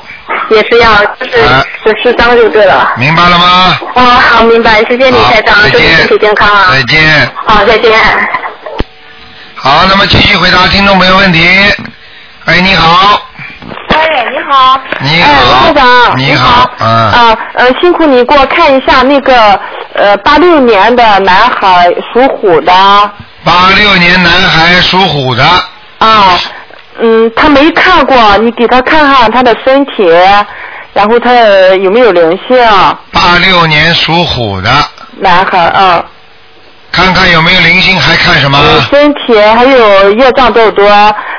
Speaker 5: 也是要，就是
Speaker 1: 啊
Speaker 5: 十四张就对了。
Speaker 1: 明白了吗？
Speaker 5: 哦，好，明白，谢谢你
Speaker 1: 好
Speaker 5: 台长，
Speaker 1: 再
Speaker 5: 祝你身体
Speaker 1: 见，
Speaker 5: 健康啊
Speaker 1: 再！见。
Speaker 5: 好，再见。
Speaker 1: 好，那么继续回答听众朋友问题。哎，你好，
Speaker 2: 哎，你好。
Speaker 1: 你
Speaker 2: 哎，
Speaker 1: 好
Speaker 2: 罗科长。
Speaker 1: 你
Speaker 2: 你
Speaker 1: 好嗯
Speaker 2: 啊、呃，辛苦你给我看一下那个呃八六年的男孩，属虎的啊、
Speaker 1: 八六年男孩属虎的，
Speaker 2: 嗯，他没看过，你给他看看他的身体，然后他呃有没有灵性？
Speaker 1: 八六年属虎的，
Speaker 2: 男孩啊，
Speaker 1: 看看有没有灵性，还看什么？
Speaker 2: 嗯身体还有业障多不多？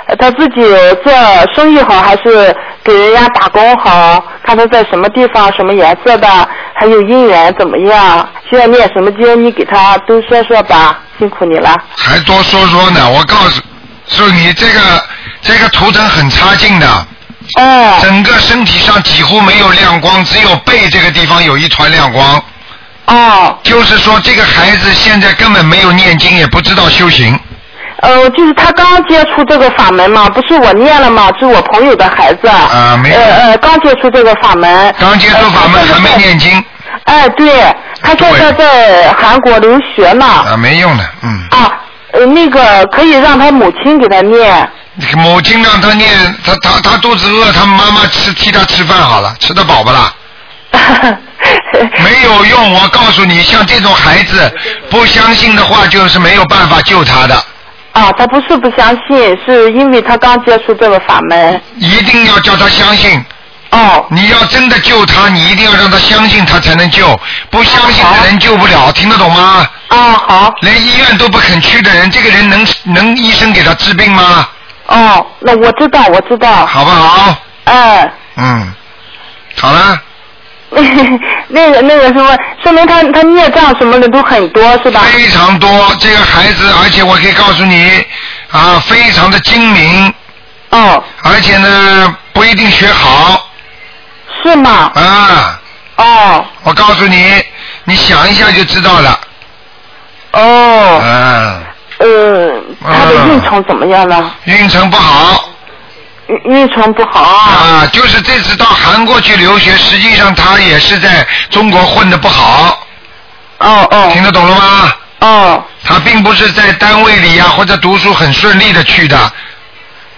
Speaker 2: 呃他自己做生意好还是给人家打工好？看他在什么地方、什么颜色的，还有姻缘怎么样？需要念什么经？你给他都说说吧，辛苦你了。
Speaker 1: 还多说说呢，我告诉，说你这个这个图腾很差劲的，
Speaker 2: 哎，
Speaker 1: 整个身体上几乎没有亮光，只有背这个地方有一团亮光。
Speaker 2: 哦，
Speaker 1: 就是说，这个孩子现在根本没有念经，也不知道修行。
Speaker 2: 呃，就是他刚接触这个法门嘛，不是我念了嘛，是我朋友的孩子。
Speaker 1: 啊没
Speaker 2: 呃呃，刚接触这个法门。呃
Speaker 1: 刚接触法门还没念经
Speaker 2: 哎，对，他现在
Speaker 1: 对
Speaker 2: 在韩国留学呢。
Speaker 1: 啊，没用的，嗯。
Speaker 2: 啊，呃，那个可以让他母亲给他念。
Speaker 1: 母亲让他念，他他他肚子饿，他妈妈吃替他吃饭好了，吃得饱不啦？没有用，我告诉你，像这种孩子，不相信的话就是没有办法救他的，
Speaker 2: 啊，他不是不相信，是因为他刚接触这个法门。
Speaker 1: 一定要叫他相信。
Speaker 2: 哦，
Speaker 1: 你要真的救他，你一定要让他相信，他才能救。不相信的人救不了，听得懂吗？
Speaker 2: 啊，好，
Speaker 1: 连医院都不肯去的人，这个人能能医生给他治病吗？
Speaker 2: 哦，那我知道，我知道，
Speaker 1: 好不好？
Speaker 2: 哎、
Speaker 1: 嗯，好了，
Speaker 2: 那个那个什么，说明他他孽障什么的都很多，是吧？
Speaker 1: 非常多这个孩子，而且我可以告诉你，啊，非常的精明，
Speaker 2: 哦，
Speaker 1: 而且呢不一定学好
Speaker 2: 是吗？
Speaker 1: 啊。
Speaker 2: 哦，
Speaker 1: 我告诉你，你想一下就知道了。
Speaker 2: 哦，
Speaker 1: 嗯，
Speaker 2: 呃，他的运程怎么样了？
Speaker 1: 运程不好
Speaker 2: 运运程不好啊。
Speaker 1: 啊，就是这次到韩国去留学，实际上他也是在中国混的不好，
Speaker 2: 哦
Speaker 1: 听
Speaker 2: 哦
Speaker 1: 得懂了吗？
Speaker 2: 哦
Speaker 1: 他并不是在单位里呀、或者读书很顺利的去的，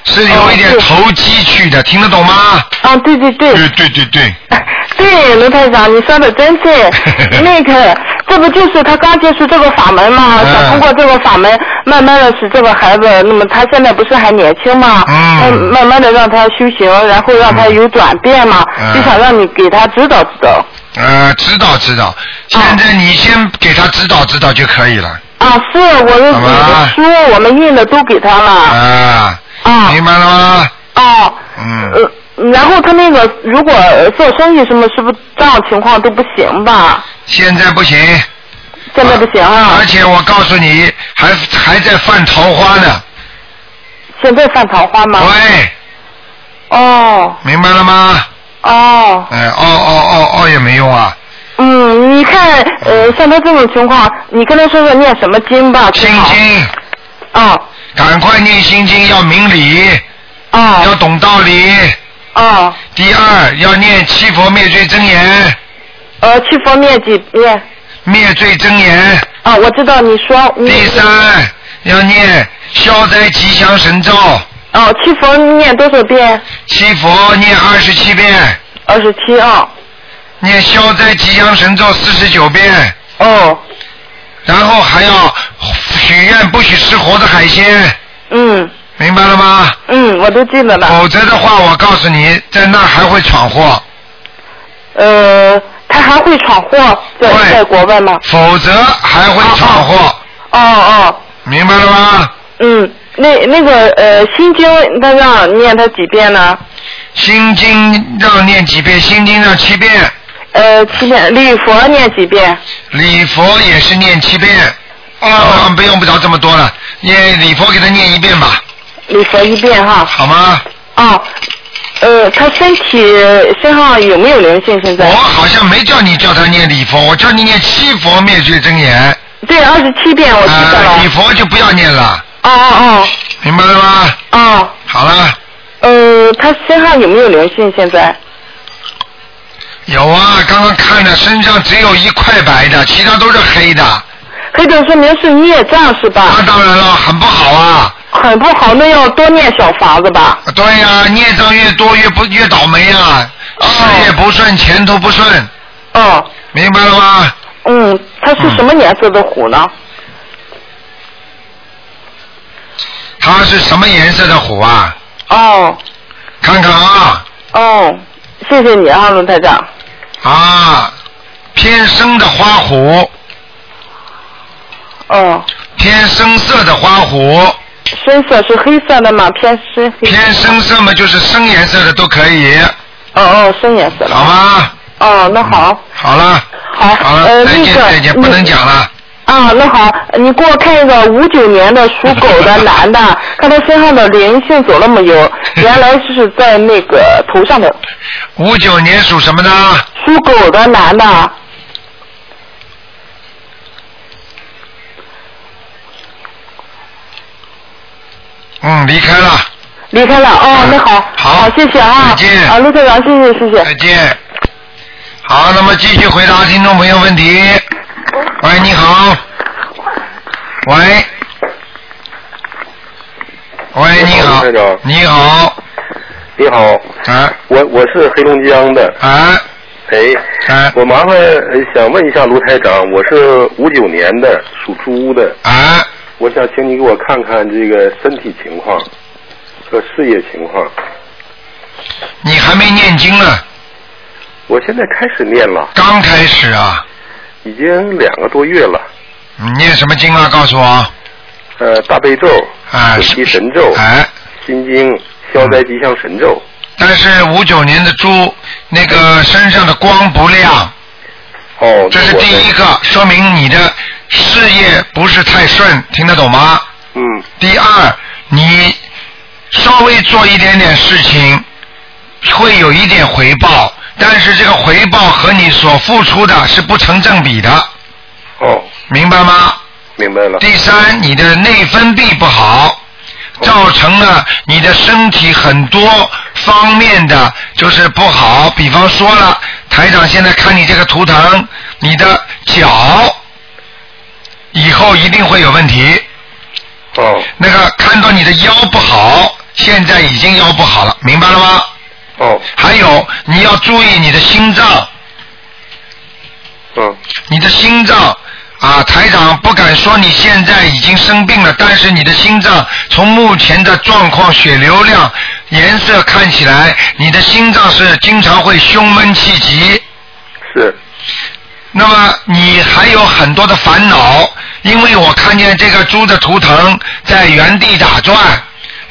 Speaker 1: 是有一点
Speaker 2: 哦是
Speaker 1: 投机去的，听得懂吗？
Speaker 2: 啊，对对哦对。
Speaker 1: 对对对，。
Speaker 2: 对，卢台长，你说的真对 那个，这不就是他刚接触这个法门嘛？
Speaker 1: 嗯
Speaker 2: 想通过这个法门，慢慢的使这个孩子，那么他现在不是还年轻嘛？
Speaker 1: 嗯
Speaker 2: 慢慢的让他修行，然后让他有转变嘛。
Speaker 1: 嗯
Speaker 2: 就想让你给他指导指导。
Speaker 1: 呃，知道知
Speaker 2: 哦
Speaker 1: 道，现在你先给他指导指导就可以了
Speaker 2: 啊，是我们
Speaker 1: 好
Speaker 2: 你
Speaker 1: 吧
Speaker 2: 的书，我们印的都给他了。
Speaker 1: 啊，
Speaker 2: 啊
Speaker 1: 明白了吗？
Speaker 2: 啊，
Speaker 1: 嗯，
Speaker 2: 呃。然后他那个，如果做生意什么，是不是这样情况都不行吧？
Speaker 1: 现在不行，
Speaker 2: 现在不行啊
Speaker 1: 而，且我告诉你，还还在犯桃花呢，
Speaker 2: 现在犯桃花吗？
Speaker 1: 对，
Speaker 2: 哦
Speaker 1: 明白了吗？
Speaker 2: 哦，
Speaker 1: 哎、哦哦哦哦也没用啊，
Speaker 2: 嗯，你看，呃，像他这种情况，你跟他说说念什么经吧，
Speaker 1: 心
Speaker 2: 最好。
Speaker 1: 经，
Speaker 2: 哦
Speaker 1: 赶快念心经，要明理，要
Speaker 2: 哦
Speaker 1: 懂道理。
Speaker 2: 哦，
Speaker 1: 第二要念七佛灭罪真言，
Speaker 2: 呃，去佛面几遍？
Speaker 1: 灭罪真言。
Speaker 2: 啊、我知道你说你
Speaker 1: 第三要念消灾吉祥神咒，
Speaker 2: 哦，去佛念多少遍？
Speaker 1: 七佛念二十七遍，
Speaker 2: 二十七啊。
Speaker 1: 念消灾吉祥神咒四十九遍，
Speaker 2: 哦，
Speaker 1: 然后还要许愿不许吃活的海鲜，
Speaker 2: 嗯
Speaker 1: 明白了吗？
Speaker 2: 嗯，我都记得了。
Speaker 1: 否则的话，我告诉你，在那儿还会闯祸。
Speaker 2: 呃，他还会闯祸，在
Speaker 1: 对
Speaker 2: 在国外吗？
Speaker 1: 否则还会闯祸，
Speaker 2: 哦哦，
Speaker 1: 明白了吗？
Speaker 2: 嗯，那那个呃，心经他让念他几遍呢？
Speaker 1: 心经要念几遍？心经要七遍，
Speaker 2: 呃，七遍，礼佛念几遍？
Speaker 1: 礼佛也是念七遍。
Speaker 2: 哦
Speaker 1: 啊，不用不着这么多了，念礼佛给他念一遍吧，
Speaker 2: 礼佛一遍哈。
Speaker 1: 好吗？
Speaker 2: 啊，呃，他身体身上有没有灵性？现
Speaker 1: 我
Speaker 2: 在
Speaker 1: 好像没叫你叫他念礼佛，我叫你念七佛灭罪真言。
Speaker 2: 对，二十七遍我记得
Speaker 1: 啊，礼
Speaker 2: 哦了。
Speaker 1: 佛就不要念了，
Speaker 2: 哦哦
Speaker 1: 明白了吗？
Speaker 2: 哦哦，
Speaker 1: 好了，
Speaker 2: 呃，他身上有没有灵性？现在
Speaker 1: 有啊，刚刚看了，身上只有一块白的，其他都是黑
Speaker 2: 啊
Speaker 1: 的。
Speaker 2: 黑的说明是孽障是吧？
Speaker 1: 那当然了，很不好啊。
Speaker 2: 很不好，那要多念小法子吧。
Speaker 1: 对呀、孽障越多越不越倒霉啊，事业不顺，前途不顺，
Speaker 2: 哦，
Speaker 1: 明白了吗？
Speaker 2: 嗯，他是什么颜色的虎呢？
Speaker 1: 他是什么颜色的虎啊？
Speaker 2: 哦
Speaker 1: 看看啊
Speaker 2: 哦，谢谢你啊，卢台长。
Speaker 1: 啊，偏深的花虎，
Speaker 2: 哦，
Speaker 1: 偏深色的花虎，
Speaker 2: 深色是黑色的吗？偏深黑。
Speaker 1: 偏深色嘛就是深颜色的都可以，
Speaker 2: 哦哦，深颜色的。
Speaker 1: 好吗？
Speaker 2: 哦，那好，
Speaker 1: 好了，
Speaker 2: 好，
Speaker 1: 好了，
Speaker 2: 呃，
Speaker 1: 再
Speaker 2: 那
Speaker 1: 见
Speaker 2: 个，
Speaker 1: 再见，不
Speaker 2: 你
Speaker 1: 能讲了。
Speaker 2: 啊，那好，你给我看一个五九年的属狗 的男的，看他身上的灵性走了没有？原来是在那个头上的，
Speaker 1: 五九年属什么的？
Speaker 2: 属狗的男的，
Speaker 1: 嗯，离开了，
Speaker 2: 离开了。哦，那好，
Speaker 1: 嗯好
Speaker 2: 谢谢啊，
Speaker 1: 再见
Speaker 2: 啊，陆队长，谢谢，谢谢。
Speaker 1: 再见。好，那么继续回答听众朋友问题。喂，你好。喂。喂，你好
Speaker 8: 台长。
Speaker 1: 你好。
Speaker 8: 你好，
Speaker 1: 啊
Speaker 8: 我我是黑龙江的，
Speaker 1: 啊
Speaker 8: 哎，
Speaker 1: 啊
Speaker 8: 我麻烦呃想问一下卢台长，我是五九年的，属猪的，
Speaker 1: 啊！
Speaker 8: 我想请你给我看看这个身体情况和事业情况。
Speaker 1: 你还没念经呢，
Speaker 8: 我现在开始念了，
Speaker 1: 刚开始啊。
Speaker 8: 已经两个多月了，
Speaker 1: 你念什么经啊？告诉我。
Speaker 8: 呃，大悲咒、
Speaker 1: 啊
Speaker 8: 准，提神咒、
Speaker 1: 哎，
Speaker 8: 心经、消灾吉祥神咒，
Speaker 1: 但是五九年的猪，那个身上的光不亮，
Speaker 8: 哦，
Speaker 1: 嗯这是
Speaker 8: 那我
Speaker 1: 第一
Speaker 8: 在，
Speaker 1: 个，说明你的事业不是太顺，听得懂吗？
Speaker 8: 嗯，
Speaker 1: 第二，你稍微做一点点事情，会有一点回报，但是这个回报和你所付出的是不成正比的，
Speaker 8: 哦，
Speaker 1: 明白吗？
Speaker 8: 明白了，
Speaker 1: 第三，你的内分泌不好，造成了你的身体很多方面的就是不好。比方说了，台长现在看你这个图腾，你的脚以后一定会有问题。
Speaker 8: 哦，
Speaker 1: 那个看到你的腰不好，现在已经腰不好了，明白了吗？
Speaker 8: 哦，
Speaker 1: 还有你要注意你的心脏，
Speaker 8: 嗯，
Speaker 1: 你的心脏啊，台长不敢说你现在已经生病了，但是你的心脏从目前的状况、血流量、颜色看起来，你的心脏是经常会胸闷气急。
Speaker 8: 是，
Speaker 1: 那么你还有很多的烦恼，因为我看见这个猪的图腾在原地打转，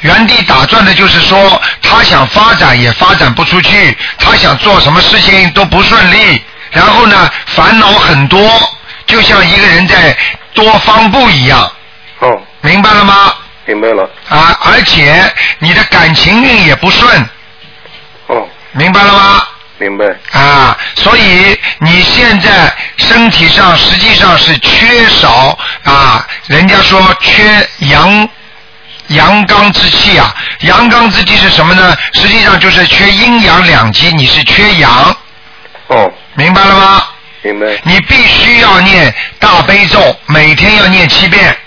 Speaker 1: 原地打转的就是说，他想发展也发展不出去，他想做什么事情都不顺利，然后呢，烦恼很多，就像一个人在多方步一样，
Speaker 8: 哦，
Speaker 1: 明白了吗？
Speaker 8: 明白了，
Speaker 1: 啊，而且你的感情运也不顺，
Speaker 8: 哦，
Speaker 1: 明白了吗？
Speaker 8: 明白，
Speaker 1: 啊，所以你现在身体上实际上是缺少啊，人家说缺阳阳刚之气啊，阳刚之气是什么呢？实际上就是缺阴阳两极，你是缺阳，
Speaker 8: 哦，
Speaker 1: 明白了吗？
Speaker 8: 明白，
Speaker 1: 你必须要念大悲咒，每天要念七遍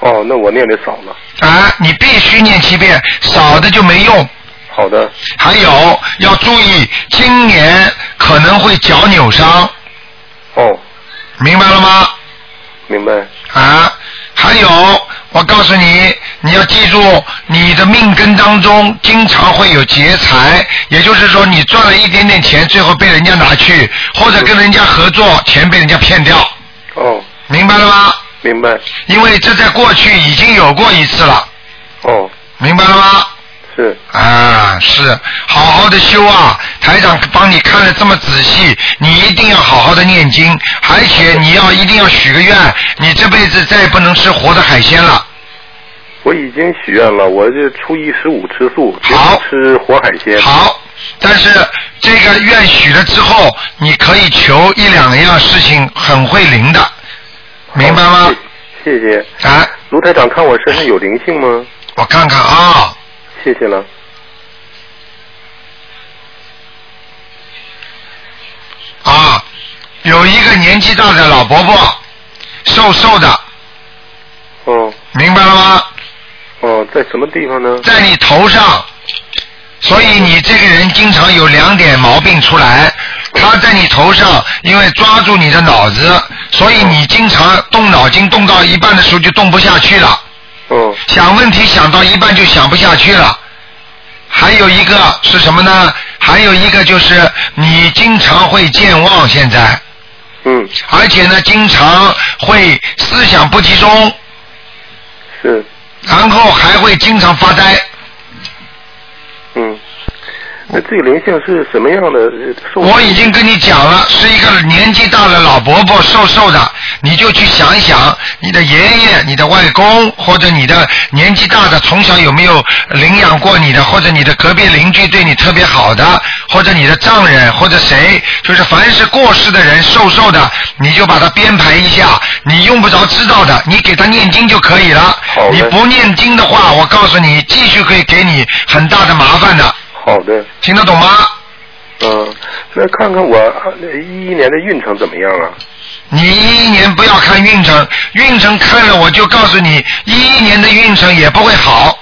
Speaker 8: 哦，那我念的少了。
Speaker 1: 啊，你必须念七遍，少的就没用。
Speaker 8: 好的，
Speaker 1: 还有要注意，今年可能会脚扭伤，
Speaker 8: 哦，
Speaker 1: 明白了吗？
Speaker 8: 明白，
Speaker 1: 啊，还有，我告诉你，你要记住，你的命根当中经常会有劫财，也就是说，你赚了一点点钱，最后被人家拿去，或者跟人家合作，钱被人家骗掉，
Speaker 8: 哦，
Speaker 1: 明白了吗？
Speaker 8: 明白，
Speaker 1: 因为这在过去已经有过一次了，
Speaker 8: 哦，
Speaker 1: 明白了吗？
Speaker 8: 是，
Speaker 1: 啊，是，好好的修啊！台长帮你看了这么仔细，你一定要好好的念经，而且你要一定要许个愿，你这辈子再也不能吃活的海鲜了。
Speaker 8: 我已经许愿了，我这初一十五吃素，
Speaker 1: 好
Speaker 8: 吃活海鲜。
Speaker 1: 好，但是这个愿许了之后，你可以求一两样事情很会灵的，明白吗？
Speaker 8: 哦谢谢。
Speaker 1: 啊，
Speaker 8: 卢台长，看我身上有灵性吗？
Speaker 1: 我看看啊，
Speaker 8: 谢谢了。
Speaker 1: 啊，有一个年纪大的老伯伯，瘦瘦的，
Speaker 8: 哦
Speaker 1: 明白了吗？
Speaker 8: 哦，在什么地方呢？
Speaker 1: 在你头上，所以你这个人经常有两点毛病出来。他在你头上，因为抓住你的脑子，所以你经常动脑筋，动到一半的时候就动不下去了，
Speaker 8: 哦
Speaker 1: 想问题想到一半就想不下去了。还有一个是什么呢？还有一个就是你经常会健忘，现在，
Speaker 8: 嗯，
Speaker 1: 而且呢，经常会思想不集中，
Speaker 8: 是
Speaker 1: 然后还会经常发呆。
Speaker 8: 嗯。那这个灵性是什么样的？呃受
Speaker 1: 我已经跟你讲了，是一个年纪大的老伯伯，瘦瘦的，你就去想一想，你的爷爷、你的外公，或者你的年纪大的从小有没有领养过你的，或者你的隔壁邻居对你特别好的，或者你的丈人或者谁，就是凡是过世的人，瘦瘦的，你就把它编排一下，你用不着知道的，你给他念经就可以了
Speaker 8: 好。的
Speaker 1: 你不念经的话，我告诉你，继续可以给你很大的麻烦的，
Speaker 8: 好的，
Speaker 1: 听得懂吗？
Speaker 8: 嗯，那看看我呃一一年的运程怎么样啊？
Speaker 1: 你一一年不要看运程，运程看了我就告诉你，一一年的运程也不会好。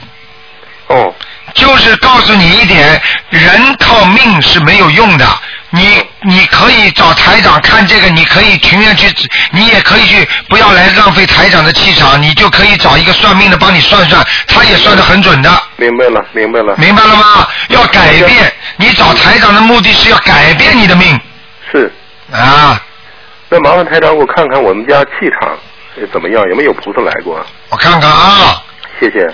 Speaker 8: 哦，
Speaker 1: 就是告诉你一点，人靠命是没有用的。你你可以找台长看这个，你可以情愿去，你也可以去，不要来浪费台长的气场，你就可以找一个算命的帮你算算，他也算得很准的，
Speaker 8: 明白了，明白了，
Speaker 1: 明白了吗？要改变，你找台长的目的是要改变你的命
Speaker 8: 是。
Speaker 1: 啊！
Speaker 8: 那麻烦台长，给我看看我们家气场呃怎么样，有没有菩萨来过？
Speaker 1: 我看看啊，
Speaker 8: 谢谢。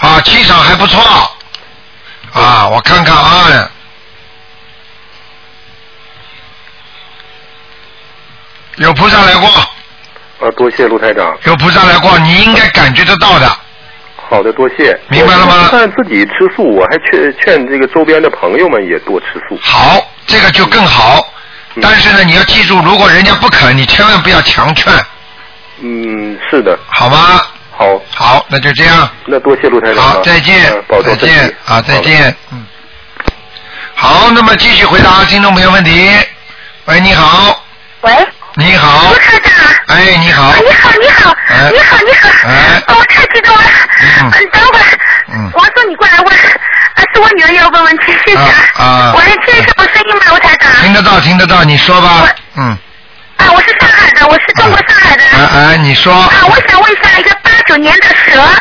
Speaker 1: 啊，气场还不错。啊，我看看啊。有菩萨来过，
Speaker 8: 啊，多谢卢台长。
Speaker 1: 有菩萨来过，你应该感觉得到的。
Speaker 8: 好的，多谢。
Speaker 1: 明白了吗
Speaker 8: 我不但自己吃素，我还劝劝这个周边的朋友们也多吃素。
Speaker 1: 好，这个就更好。
Speaker 8: 嗯
Speaker 1: 但是呢，你要记住，如果人家不肯，你千万不要强劝，
Speaker 8: 嗯，是的。
Speaker 1: 好吗？
Speaker 8: 好，
Speaker 1: 好，那就这样。
Speaker 8: 那多谢卢台长啊。
Speaker 1: 好，再见
Speaker 8: 嗯，保重
Speaker 1: 再
Speaker 8: 身体
Speaker 1: 见啊，再。
Speaker 8: 好
Speaker 1: 见。嗯。好，那么继续回答听众朋友问题。喂，你好，
Speaker 7: 喂，
Speaker 1: 你好
Speaker 7: 卢，科长，
Speaker 1: 哎，你好
Speaker 7: 啊，你好，你好，
Speaker 1: 哎
Speaker 7: 你好，你好，
Speaker 1: 哎
Speaker 7: 哦我太激动了，
Speaker 1: 嗯
Speaker 7: 嗯，等会儿，
Speaker 1: 嗯
Speaker 7: 我说你过来问，啊，是我女儿要问问题，谢谢
Speaker 1: 啊啊嗯
Speaker 7: 我能听得到我声音吗，吴台长？
Speaker 1: 听得到，听得到，你说吧
Speaker 7: 喂，
Speaker 1: 嗯，
Speaker 7: 啊，我是上海的，我是中国上海的，
Speaker 1: 哎哎，你说，
Speaker 7: 啊，我想问一下一个八九年的蛇，哎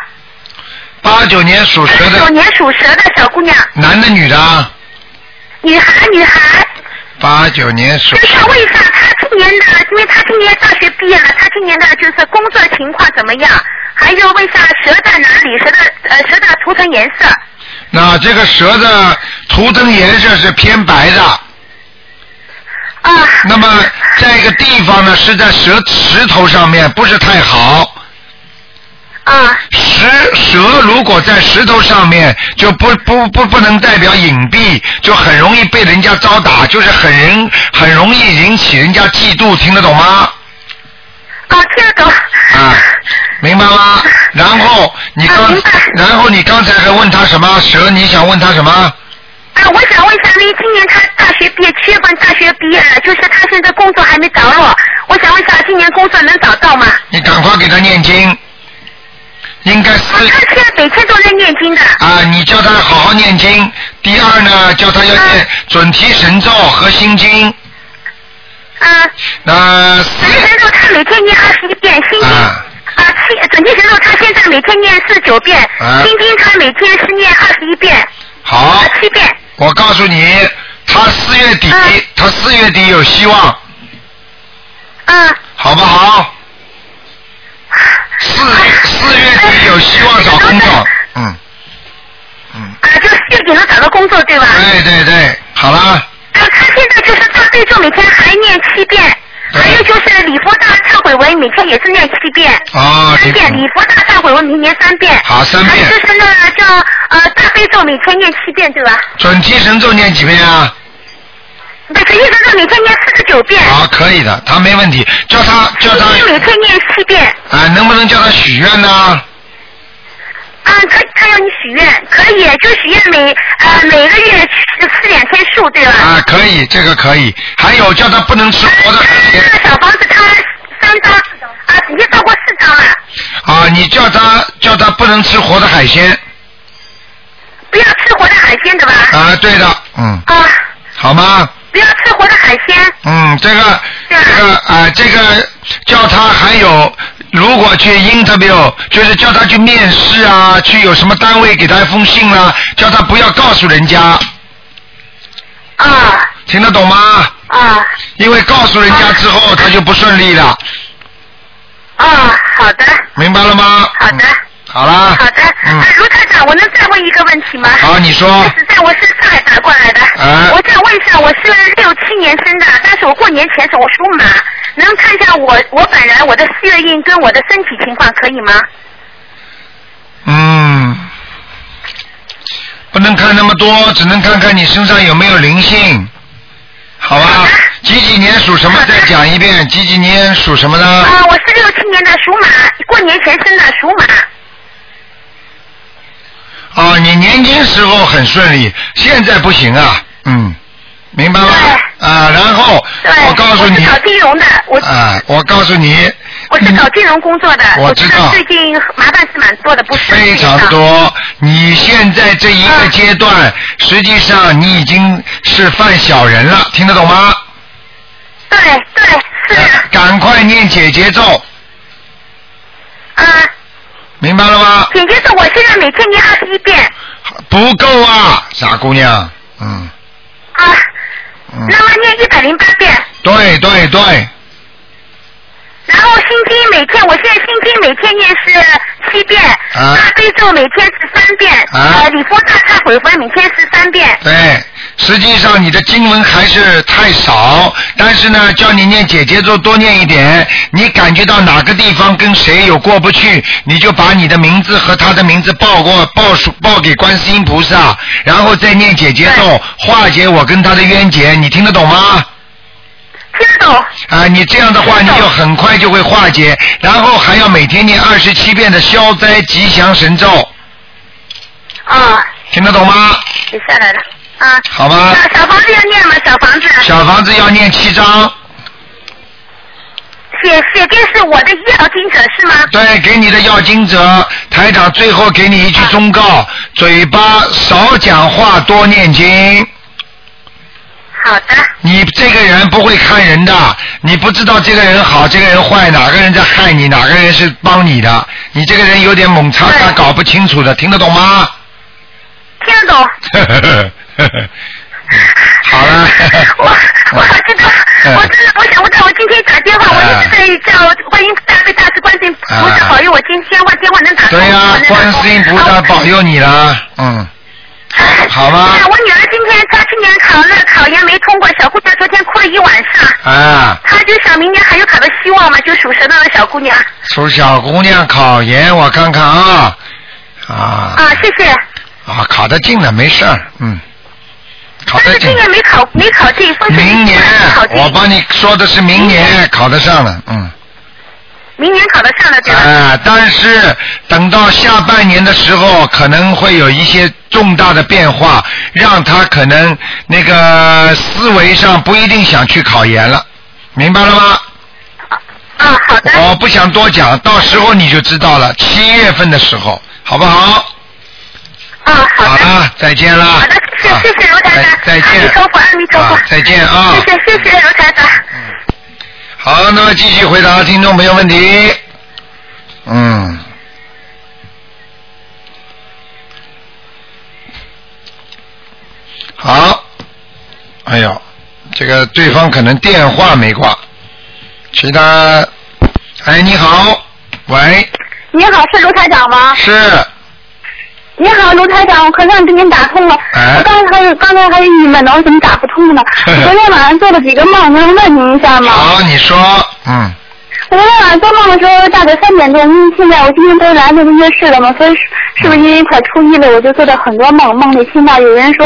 Speaker 1: 八九年属蛇
Speaker 7: 八九
Speaker 1: 的
Speaker 7: 年属蛇的小姑娘，
Speaker 1: 男的女的啊？
Speaker 7: 女孩，女孩。
Speaker 1: 八九年属
Speaker 7: 就想问一下，他今年的，因为他今年大学毕业了，他今年的就是工作情况怎么样？还有问一下蛇在哪里？蛇的呃，蛇的图腾颜色
Speaker 1: 那这个蛇的图腾颜色是偏白的，
Speaker 7: 啊
Speaker 1: 那么在一个地方呢是在蛇石头上面，不是太好。
Speaker 7: 啊
Speaker 1: 石蛇如果在石头上面，就不不不不能代表隐蔽，就很容易被人家招打，就是很人很容易引起人家嫉妒，听得懂吗？
Speaker 7: 啊，听得懂
Speaker 1: 啊，明白吗？然后你刚
Speaker 7: 啊明白，
Speaker 1: 然后你刚才还问他什么蛇？你想问他什么？
Speaker 7: 啊，我想问一下，因为今年他大学毕业，七月份大学毕业了，就是他现在工作还没找到，我想问一下，今年工作能找到吗？
Speaker 1: 你赶快给他念经，应该
Speaker 7: 啊，
Speaker 1: 是
Speaker 7: 他现在每天都在念经的。
Speaker 1: 啊，你叫他好好念经。第二呢，叫他要念准提神咒和心经。
Speaker 7: 啊，
Speaker 1: 那四
Speaker 7: 准提神咒他每天念二十一遍，心经
Speaker 1: 啊
Speaker 7: 啊，七准提神咒他现在每天念四十九遍，
Speaker 1: 啊哦
Speaker 7: 心经他每天是念二十一遍，
Speaker 1: 好
Speaker 7: 啊，七遍。
Speaker 1: 我告诉你，他四月底
Speaker 7: 嗯，
Speaker 1: 他四月底有希望，
Speaker 7: 啊，
Speaker 1: 好不好？
Speaker 7: 啊
Speaker 1: 四四月底有希望找工作，嗯嗯。
Speaker 7: 啊，就是月底能找到工作对
Speaker 1: 哎
Speaker 7: 吧？
Speaker 1: 对对对，好了，哎
Speaker 7: 啊，他现在就是大悲咒每天还念七遍，
Speaker 9: 还有就是礼佛大忏悔文，每天也是念七遍。
Speaker 1: 哦，
Speaker 9: 三遍礼佛大忏悔文，明年三遍。
Speaker 1: 好三遍
Speaker 9: 还有就是那个叫呃大悲咒，每天念七遍，对吧？
Speaker 1: 准提神咒念几遍啊？
Speaker 9: 对，这一直咒每天念四十九遍。
Speaker 1: 好，可以的，他没问题。叫他叫他
Speaker 9: 每天念七遍。
Speaker 1: 啊，能不能叫他许愿呢？
Speaker 9: 啊，他他要你许愿，可以，就许愿每呃每个月吃吃两天素，对吧？
Speaker 1: 啊，可以，这个可以。还有叫他不能吃活的海鲜。
Speaker 9: 小房子他三张啊，已经超过四张了，
Speaker 1: 啊，你叫他叫他不能吃活的海鲜
Speaker 9: 不要吃活的海鲜，对吧？
Speaker 1: 啊，对的，嗯，
Speaker 9: 啊，
Speaker 1: 好吗？
Speaker 9: 不要吃活的海鲜。
Speaker 1: 嗯，这个这个啊、这个叫他还有，如果去 interview，就是叫他去面试啊，去有什么单位给他一封信啦、叫他不要告诉人家。
Speaker 9: 啊。
Speaker 1: 听得懂吗？
Speaker 9: 啊。
Speaker 1: 因为告诉人家之后，他就不顺利了，
Speaker 9: 啊，好的，
Speaker 1: 明白了吗？
Speaker 9: 好的，
Speaker 1: 好啦，
Speaker 9: 好的。啊，卢台长，我能再问一个问题吗？
Speaker 1: 嗯好你说
Speaker 9: 就是在我是上海打过来的。
Speaker 1: 啊
Speaker 9: 我再问一下，我是六七年生的，但是我过年前是我属马，能看一下我我本人我的事业运跟我的身体情况可以吗？
Speaker 1: 嗯，不能看那么多，只能看看你身上有没有灵性，好吧？几几年属什么？再讲一遍，几几年属什么呢？
Speaker 9: 啊，我是六七年的属马，过年前生的属马。
Speaker 1: 哦，你年轻时候很顺利，现在不行啊，嗯，明白吗？啊，然后我告诉你
Speaker 9: 我是，搞金融的，我、
Speaker 1: 啊，我告诉你，
Speaker 9: 我是搞金融工作的，
Speaker 1: 嗯我知
Speaker 9: 知
Speaker 1: 道
Speaker 9: 道最近麻烦是蛮多的，嗯不是
Speaker 1: 嗯非常多。你现在这一个阶段，实际上你已经是犯小人了，听得懂吗？
Speaker 9: 对对，啊
Speaker 1: 是、赶快念姐姐咒。啊。嗯明白了吗？
Speaker 9: 啊紧接着我现在每天念二十一遍
Speaker 1: 不够啊，傻姑娘，嗯，
Speaker 9: 啊，那么念一百零八遍，
Speaker 1: 对对对，
Speaker 9: 然后心经每天，我现在心经每天念是七遍，
Speaker 1: 啊
Speaker 9: 大悲咒每天是三遍，
Speaker 1: 啊
Speaker 9: 呃，礼佛大忏悔文每天是三遍，
Speaker 1: 对，实际上你的经文还是太少，但是呢，叫你念姐姐咒多念一点。你感觉到哪个地方跟谁有过不去，你就把你的名字和他的名字报过报数报给观世音菩萨，然后再念姐姐咒，化解我跟他的冤结。你听得懂吗？
Speaker 9: 听得懂。
Speaker 1: 啊，你这样的话，你就很快就会化解，然后还要每天念二十七遍的消灾吉祥神咒。
Speaker 9: 啊。
Speaker 1: 听得懂吗？
Speaker 9: 写下来了，啊，
Speaker 1: 好吧。
Speaker 9: 小小房子要念吗？小房子，
Speaker 1: 小房子要念七张。
Speaker 9: 写写的是我的医疗经者是吗？
Speaker 1: 对，给你的要经者，台长最后给你一句忠
Speaker 9: 啊
Speaker 1: 告：嘴巴少讲话，多念经。
Speaker 9: 好的。
Speaker 1: 你这个人不会看人的，你不知道这个人好，这个人坏，哪个人在害你，哪个人是帮你的。你这个人有点猛叉叉，搞不清楚的，听得懂 吗？
Speaker 9: 听得懂。
Speaker 1: 好了，嗯
Speaker 9: 我知道，我真的，我想不到，我今天打电话，我一直在叫观音大悲大慈观世音菩萨保佑我，今天万电话能打通。
Speaker 1: 嗯对呀、观世音菩萨保佑你了，嗯，好好吧，
Speaker 9: 哎我女儿今天她今年考那考研没通过，小姑娘昨天哭了一晚上，
Speaker 1: 啊。
Speaker 9: 她就想明年还有考的希望嘛，就属蛇的那个小姑娘。
Speaker 1: 属小姑娘考研，我看看啊，啊
Speaker 9: 啊，谢谢。
Speaker 1: 啊，考得进了，没事儿，嗯，考得
Speaker 9: 但是
Speaker 1: 进
Speaker 9: 今。年没考没考进，风水明年考进，
Speaker 1: 我帮你说的是明年考得上了，嗯，
Speaker 9: 明年考得上了对吧？
Speaker 1: 啊，但是等到下半年的时候，可能会有一些重大的变化，让他可能那个思维上不一定想去考研了，明白了吗？
Speaker 9: 啊，好的。
Speaker 1: 我不想多讲，到时候你就知道了。七月份的时候，好不好？
Speaker 9: 啊，好
Speaker 1: 的。好了，再见了。好的，
Speaker 9: 谢谢谢谢罗台长，
Speaker 1: 再见
Speaker 9: 阿弥陀佛，阿弥陀佛
Speaker 1: 啊，再见啊
Speaker 9: 谢谢谢谢罗台长。
Speaker 1: 好，那么继续回答听众朋友问题。嗯。好，哎呦，这个对方可能电话没挂，其他，哎，你好，喂，
Speaker 7: 你好，是卢台长吗？
Speaker 1: 是，
Speaker 7: 你好，卢台长，我可算给您打通了。
Speaker 1: 哎
Speaker 7: 我刚才还有刚才还郁闷呢，我怎么嗯打不 通呢？我昨天晚上做了几个梦，能问您一下吗？
Speaker 1: 好，你说，嗯，
Speaker 7: 我昨天晚上做梦的时候大概三点钟，因为现在我今天不是来那个夜市了吗？所以是是不是因
Speaker 1: 嗯
Speaker 7: 为快初一了，我就做了很多梦，梦里听到有人说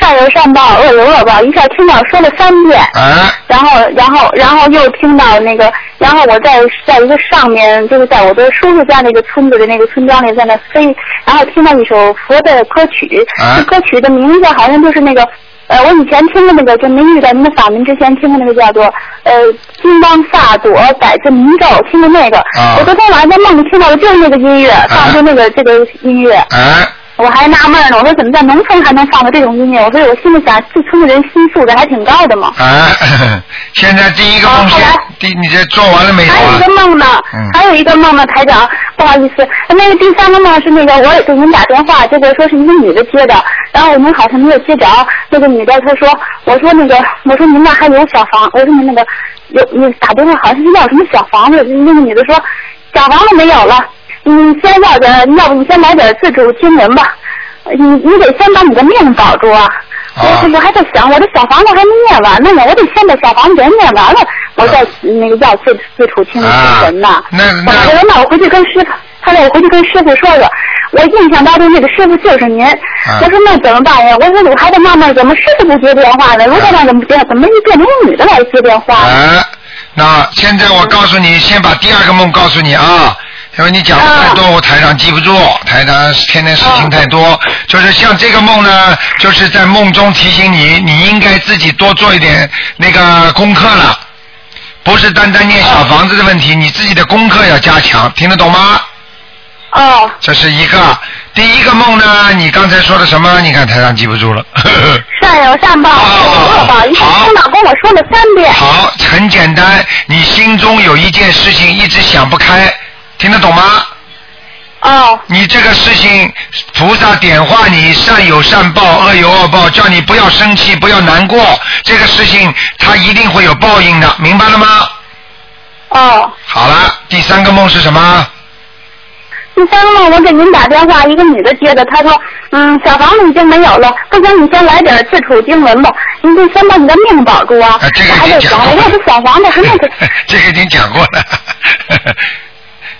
Speaker 7: 善有善报，呃恶有恶报，一下听到说了三遍。
Speaker 1: 哎
Speaker 7: 然后，然后，然后又听到那个，然后我在在一个上面，就是在我的叔叔家那个村子的那个村庄里，在那飞，然后听到一首佛的歌曲，
Speaker 9: 啊
Speaker 7: 这歌曲的名字好像就是那个。呃，我以前听的那个，就没遇到您的法门之前听的那个叫做呃金刚萨埵百字明咒，听的那个。
Speaker 9: 啊
Speaker 7: 我昨天晚上在梦里听到的就是那个音乐，放出那个、这个音乐。
Speaker 1: 哎
Speaker 7: 我还纳闷呢，我说怎么在农村还能放到这种音乐？我说我心里想，这啊村子人心素质还挺高的嘛。
Speaker 1: 啊， 现在第一个梦先，第你这做完了没有
Speaker 7: 还有一
Speaker 1: 啊？
Speaker 7: 个梦呢，还有一个梦呢，台长，不好意思，那个第三个梦是那个我也给您打电话，结果说是一个女的接的，然后我们好像没有接着，那个女的她说，我说那个，我说您那还有小房，我说您那个有你打电话好像是要什么小房子，那个女的说小房子没有了，你先要点，要不你先买点自主经文吧，你你得先把你的命保住啊。我我还在想，我这小房子还没念完呢，我得先把小房子念完了，我再那个要自自处清清人呢。
Speaker 1: 啊那
Speaker 7: 我说那我回去跟师傅，他说我回去跟师傅说说，我印象当中那个师傅就是您。
Speaker 1: 啊
Speaker 7: 我说那怎么办呀？我说我还在纳闷，怎么师傅不接电话呢？卢台长怎么接？怎么一变成女的来接电话？
Speaker 1: 啊，那现在我告诉你，先把第二个梦告诉你啊，因为你讲的太多，我台上记不住，台上天天事情太多。
Speaker 7: 嗯
Speaker 1: 就是像这个梦呢，就是在梦中提醒你，你应该自己多做一点那个功课了，不是单单念小房子的问题，
Speaker 7: 嗯
Speaker 1: 你自己的功课要加强，听得懂吗？
Speaker 7: 哦。
Speaker 1: 这是一个，第一个梦呢，你刚才说的什么？你看台上记不住了。
Speaker 7: 善有善报，恶有恶报，一下听到跟我说了三遍。
Speaker 1: 好，很简单，你心中有一件事情一直想不开，听得懂吗？
Speaker 7: 哦。
Speaker 1: 你这个事情，菩萨点化你，善有善报，恶有恶报，叫你不要生气，不要难过。这个事情它一定会有报应的，明白了吗？
Speaker 7: 哦。
Speaker 1: 好了，第三个梦是什么？
Speaker 7: 第三个梦，我给您打电话，一个女的接的，她说，嗯，小房子已经没有了，不行，你先来点自处经文吧，你得先把你的命保住啊。
Speaker 1: 哎这个
Speaker 7: 我还
Speaker 1: 已经
Speaker 7: 得
Speaker 1: 讲
Speaker 7: 想，
Speaker 1: 过了
Speaker 7: 我要是小房子和那个，
Speaker 1: 这个已经讲过了，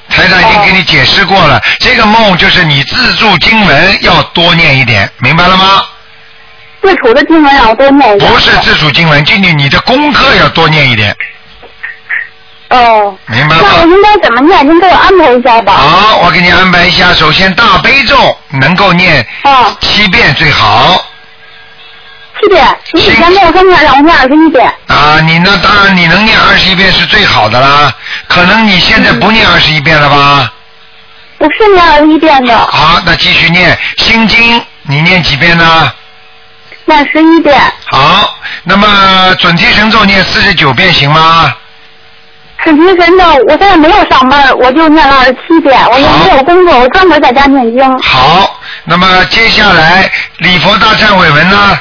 Speaker 1: 台长已经给你解释过了。这个梦就是你自助经文要多念一点，明白了吗？
Speaker 7: 自处的经文让我多念一点。
Speaker 1: 不是自主经文，进去你的功课要多念一点，
Speaker 7: 哦。
Speaker 1: 明白
Speaker 7: 那我
Speaker 1: 吗？
Speaker 7: 应该怎么念？您给我安排一下吧。
Speaker 1: 好，我给你安排一下，首先大悲咒能够念七遍最好
Speaker 7: 哦七点，你以前跟我说念，让我念二十一遍。
Speaker 1: 啊。你呢？当然你能念二十一遍是最好的啦。可能你现在不念二十一遍了吧？
Speaker 7: 我是念二十一遍的，
Speaker 1: 好，那继续念心经，你念几遍呢？
Speaker 7: 念十一遍，
Speaker 1: 好，那么准提神咒念四十九遍行吗？
Speaker 7: 是提神的。我现在没有上班，我就念了二十七遍。我也没有工作，我专门在家念经。
Speaker 1: 好，那么接下来礼佛大忏悔文呢？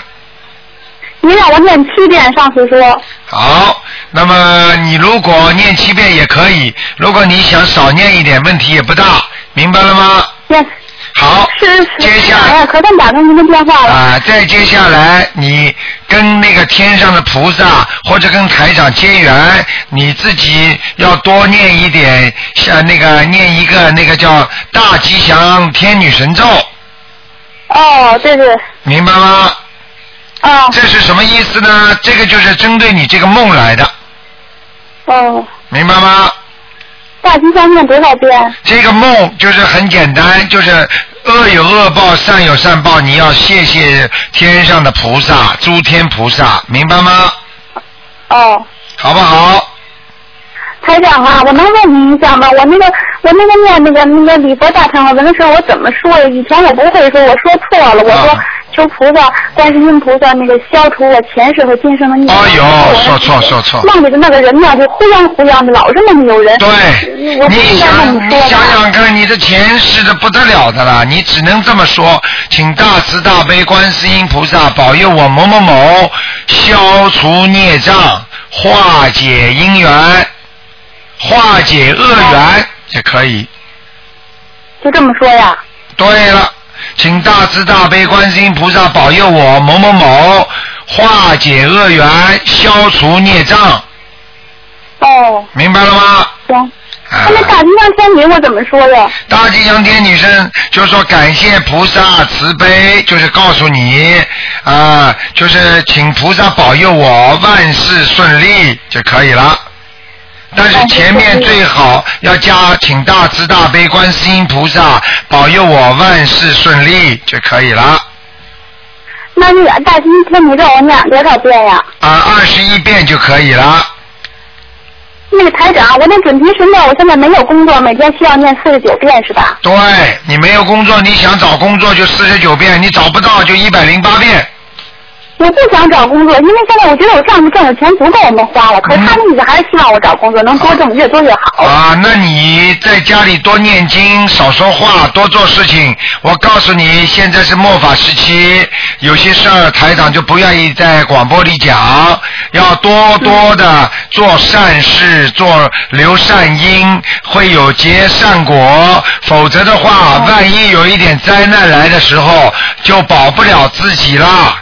Speaker 7: 您让我念七遍，上次说。
Speaker 1: 好，那么你如果念七遍也可以，如果你想少念一点，问题也不大，明白了吗？
Speaker 7: Yes。
Speaker 1: 好，接下来，
Speaker 7: 哎可算打通您的电话
Speaker 1: 了。啊，再接下来你跟那个天上的菩萨或者跟台长结缘，你自己要多念一点，像那个念一个那个叫大吉祥天女神咒。啊
Speaker 7: 哦，对对。
Speaker 1: 明白吗？
Speaker 7: 啊。
Speaker 1: 这是什么意思呢？这个就是针对你这个梦来的，
Speaker 7: 哦，
Speaker 1: 明白吗？
Speaker 7: 大吉祥念多少遍？
Speaker 1: 这个梦就是很简单，就是恶有恶报，善有善报，你要谢谢天上的菩萨，诸天菩萨，明白吗？
Speaker 7: 哦。
Speaker 1: 好不好？
Speaker 7: 台长啊，我能问您一下吗？我那个我那个念那个那个礼佛大忏悔文的时候，我怎么说呀？以前我不会说，我说错了，我说求菩萨、观世音菩萨那个消除我前世和今生的孽。哎呦，
Speaker 1: 哦，说错说错。
Speaker 7: 梦里的那个人啊呢，就忽央忽央的，老是梦里有人。
Speaker 1: 对，
Speaker 7: 我不
Speaker 1: 你
Speaker 7: 应该那么
Speaker 1: 想，你
Speaker 7: 说
Speaker 1: 想
Speaker 7: 吧
Speaker 1: 想看，你的前世的不得了的啦，你只能这么说，请大慈大悲观世音菩萨保佑我某某某消除孽障，化解因缘，化解恶缘也可以。
Speaker 7: 就这么说呀？
Speaker 1: 对了，请大慈大悲观世音菩萨保佑我某某某化解恶缘，消除孽障。
Speaker 7: 哦，
Speaker 1: 明白了吗？啊
Speaker 7: 行。那么大吉祥天女我怎么说呀？
Speaker 1: 大吉祥天女生就说感谢菩萨慈悲，就是告诉你啊、就是请菩萨保佑我万事顺利就可以了。但是前面最好要加请大慈大悲观世音菩萨保佑我万事顺利就可以了。
Speaker 7: 那那个大吉祥天女让我念多少遍呀？
Speaker 1: 啊，二十一遍就可以了。
Speaker 7: 那个台长，我那准提神咒我现在没有工作，每天需要念四十九遍是吧？
Speaker 1: 对你没有工作，你想找工作就四十九遍，你找不到就一百零八遍。
Speaker 7: 我不想找工作，因为现在我觉得我丈夫挣的钱足够我们花了，可是他们一直还是希望我找工作，能多挣越多越好。
Speaker 1: 啊，那你在家里多念经，少说话，多做事情。我告诉你，现在是末法时期，有些事儿台长就不愿意在广播里讲，要多多的做善事，做留善因，会有结善果。否则的话，万一有一点灾难来的时候，就保不了自己啦。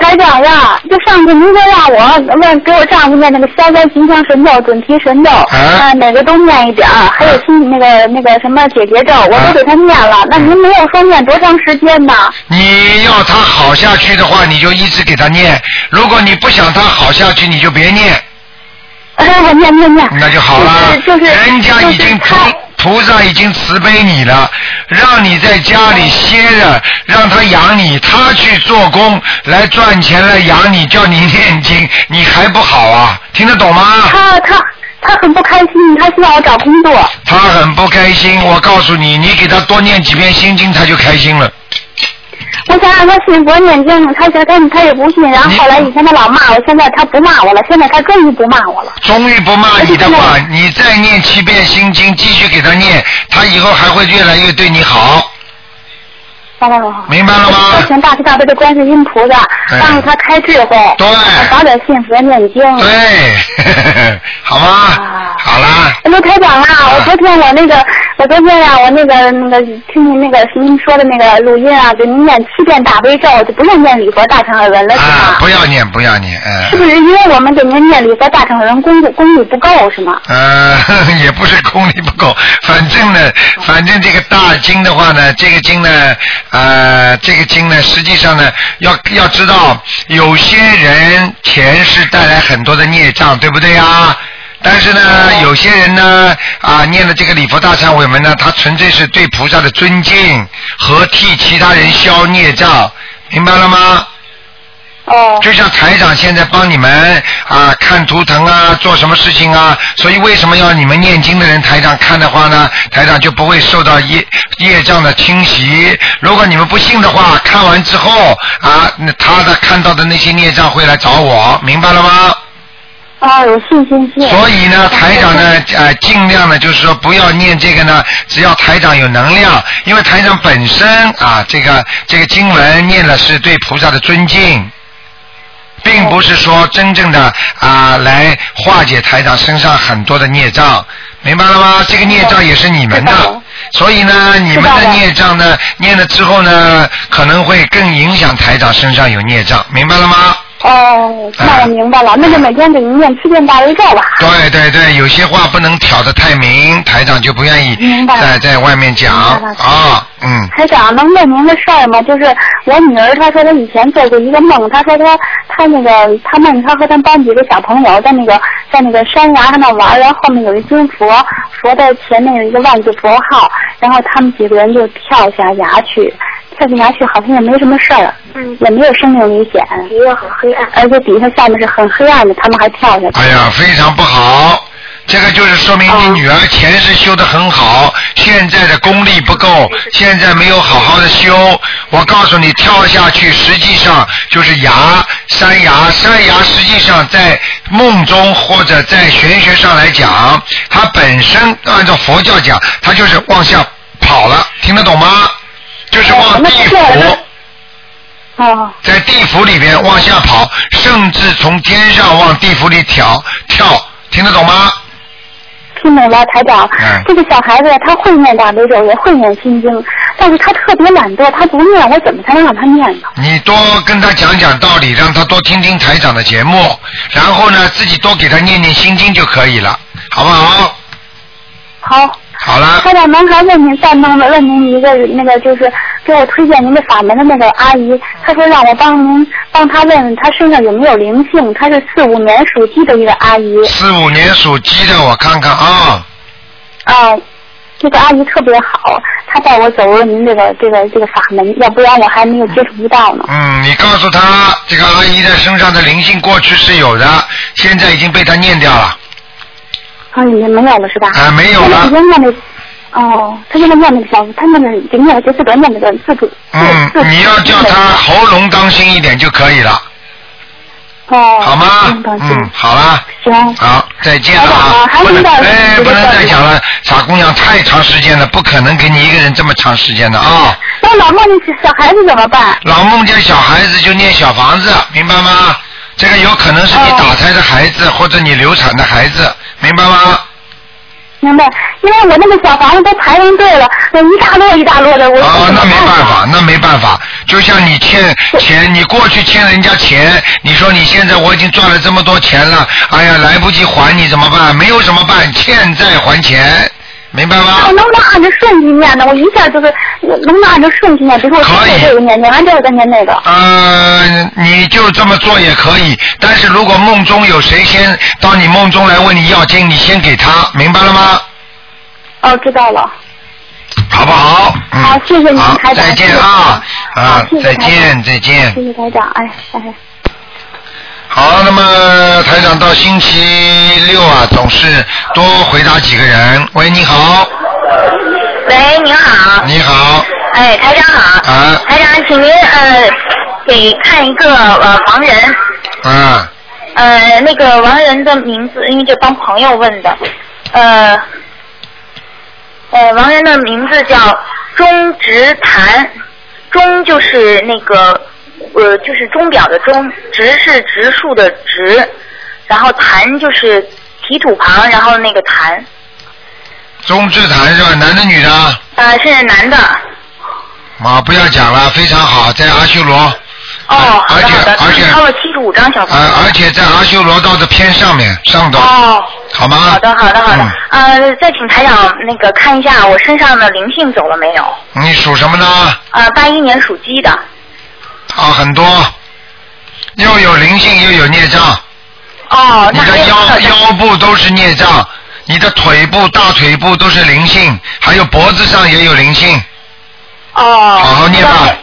Speaker 7: 台长呀，就上次您说让我问给我丈夫念那个消灾吉祥神咒、准提神咒，啊，每个都念一点儿，还有心那个那个什么解结咒，我都给他念了。那您没有说念多长时间呢？
Speaker 1: 你要他好下去的话，你就一直给他念；如果你不想他好下去，你就别念。
Speaker 7: 我念念念。
Speaker 1: 那就好了。就是人家已经菩菩萨已经慈悲你了，让你在家里歇着，让他养你，他去做工来赚钱来养你，叫你念经，你还不好啊？听得懂吗？
Speaker 7: 他他他很不开心，他希望我找工作。
Speaker 1: 他很不开心，我告诉你，你给他多念几遍心经，他就开心了。
Speaker 7: 我想让他信佛念经，他他他他也不信，然后后来以前他老骂我，现在他不骂我了，现在他终于不骂我了。
Speaker 1: 终于不骂你的话，你再念七遍心经，继续给他念，他以后还会越来越对你好。
Speaker 7: 哦，
Speaker 1: 明白了吗？
Speaker 7: 请大慈大悲的观世音菩萨
Speaker 1: 哎
Speaker 7: 帮助他开智慧，
Speaker 1: 对，
Speaker 7: 早点信佛念经。
Speaker 1: 对， 好吗？好啦，
Speaker 7: 卢台长啊，我昨天我那个，我昨天呀、我那个那个听您那个您说的那个录音啊，给您念七遍大悲咒，就不用念礼佛大乘耳文了，是吗？
Speaker 1: 啊不要念，不要念，嗯、
Speaker 7: 是不是因为我们给您念礼佛大乘耳文功力功力不够是吗？
Speaker 1: 呃， 也不是功力不够，反正呢，反正这个大经的话呢，这个经呢，呃，这个经呢，实际上呢，要要知道，有些人前世带来很多的孽障，对不对啊？但是呢，有些人呢，啊，念了这个礼佛大忏悔文呢，他纯粹是对菩萨的尊敬和替其他人消孽障，明白了吗？
Speaker 7: 哦，
Speaker 1: 就像台长现在帮你们啊看图腾啊，做什么事情啊，所以为什么要你们念经的人台长看的话呢？台长就不会受到业业障的侵袭。如果你们不信的话，看完之后啊，那他的看到的那些孽障会来找我，明白了吗？
Speaker 7: 啊，有信心信。
Speaker 1: 所以呢，台长呢，呃，尽量呢，就是说不要念这个呢，只要台长有能量，因为台长本身啊，这个这个经文念的是对菩萨的尊敬，并不是说真正的啊来化解台长身上很多的孽障，明白了吗？这个孽障也是你们的。所以呢，你们的孽障呢，念了之后呢，可能会更影响台长身上有孽障，明白了吗？
Speaker 7: 哦，那我明白了，那就每天给您念七遍大悲咒吧。
Speaker 1: 对对对，有些话不能挑得太明，台长就不愿意
Speaker 7: 明白
Speaker 1: 在在外面讲
Speaker 7: 明白了
Speaker 1: 啊，嗯，
Speaker 7: 台长，能问您个事儿吗？就是我女儿，她说她以前做过一个梦，她说她她那个她梦，她和她班几个小朋友在那个在那个山崖上那玩儿，然后后面有一尊佛，佛的前面有一个万字佛号，然后他们几个人就跳下崖去，跳下崖去好像也没什么事儿，
Speaker 10: 嗯
Speaker 7: 也没有生命危险，
Speaker 10: 一个很黑暗。
Speaker 7: 而且底下下面是很黑暗的，他们还跳下去。
Speaker 1: 哎呀，非常不好。这个就是说明你女儿前世修得很好，现在的功力不够，现在没有好好的修。我告诉你，跳下去实际上就是崖山崖，山崖实际上在梦中或者在玄学上来讲，它本身按照佛教讲，它就是往下跑了，听得懂吗？就是往地府。
Speaker 7: 哦，
Speaker 1: 在地府里边往下跑，甚至从天上往地府里跳跳，听得懂吗？
Speaker 7: 听懂了，台长。
Speaker 1: 嗯
Speaker 7: 这个小孩子他会念大悲咒，也会念心经，但是他特别懒惰，他不念，我怎么才能让他念呢？
Speaker 1: 你多跟他讲讲道理，让他多听听台长的节目，然后呢，自己多给他念念心经就可以了，好不好？啊
Speaker 7: 好。
Speaker 1: 好了。
Speaker 7: 台长，能还问您再问问您一个那个，就是给我推荐您的法门的那个阿姨，她说让我帮您帮她问问她身上有没有灵性，她是四五年属鸡的一个阿姨。
Speaker 1: 四五年属鸡的，我看看啊。
Speaker 7: 啊，这个阿姨特别好，她带我走了您这个这个这个法门，要不然我还没有接触不到呢。
Speaker 1: 嗯，你告诉他，这个阿姨的身上的灵性过去是有的，现在已经被他念掉了。
Speaker 7: 啊，已经没有了是吧？
Speaker 1: 啊，没有
Speaker 7: 她
Speaker 1: 了
Speaker 7: 已。经念那，哦，她现在念那个小，她念那个就念了就自个儿念那个自主。
Speaker 1: 嗯，你要叫他喉咙当心一点就可以了，
Speaker 7: 哦。
Speaker 1: 好吗？嗯，好啦，
Speaker 7: 行。
Speaker 1: 好，再见了
Speaker 7: 好
Speaker 1: 啊！
Speaker 7: 还
Speaker 1: 不
Speaker 7: 有
Speaker 1: 能，
Speaker 7: 一个
Speaker 1: 哎，
Speaker 7: 这个
Speaker 1: 不能
Speaker 7: 叫
Speaker 1: 再
Speaker 7: 什么
Speaker 1: 讲了，傻姑娘太长时间了，不可能给你一个人这么长时间的啊！
Speaker 7: 那老孟那小孩子怎么办？
Speaker 1: 老梦见小孩子就念小房子，明白吗？这个有可能是你打胎的孩子，或者你流产的孩子，明白吗？
Speaker 7: 明白，因为我那个小房子都排成队了，那一大摞一大摞哦的，我
Speaker 1: 啊，那没办法，那没办法。就像你 欠钱，你过去欠人家钱，你说你现在我已经赚了这么多钱了，哎呀，来不及还你怎么办？没有怎么办，欠债还钱，明白吗？
Speaker 7: 我能不能按照顺序念呢？我一下就是能不能按照顺序念？比如说我先念这个念，念完这个再念那个。
Speaker 1: 呃，你就这么做也可以，但是如果梦中有谁先到你梦中来问你要经，你先给他，明白了吗？
Speaker 7: 哦，知道了。
Speaker 1: 好不好？嗯，
Speaker 7: 好，谢谢您，台长。
Speaker 1: 再见啊！啊，再见，再见。
Speaker 7: 谢谢台长，哎哎。
Speaker 1: 好，那么台长到星期六啊，总是多回答几个人。喂，你好，
Speaker 9: 喂，您好，
Speaker 1: 你好，
Speaker 9: 哎，台长好，
Speaker 1: 啊
Speaker 9: 台长，请您呃给看一个呃盲人，
Speaker 1: 啊，
Speaker 9: 呃那个盲人的名字，因为这帮朋友问的，呃呃盲人的名字叫钟直谭，钟就是那个呃就是钟表的钟，直是植树的植，然后谭就是提土旁，然后那个谭，
Speaker 1: 钟志谭是吧？男的女的？
Speaker 9: 呃是男的，
Speaker 1: 啊，不要讲了，非常好，在阿修罗，
Speaker 9: 哦，好的好的，他们抄了七十五张小房子。
Speaker 1: 呃，而且在阿修罗道的偏上面上头，
Speaker 9: 哦，
Speaker 1: 好吗？
Speaker 9: 好的，好的，好的
Speaker 1: 嗯。
Speaker 9: 呃，再请台长那个看一下我身上的灵性走了没有？
Speaker 1: 你属什么呢？
Speaker 9: 呃，八一年属鸡的。
Speaker 1: 啊，很多，又有灵性又有孽障。
Speaker 9: 哦，
Speaker 1: 你的腰腰部都是孽障，你的腿部、大腿部都是灵性，还有脖子上也有灵性。
Speaker 9: 哦。
Speaker 1: 好好念吧，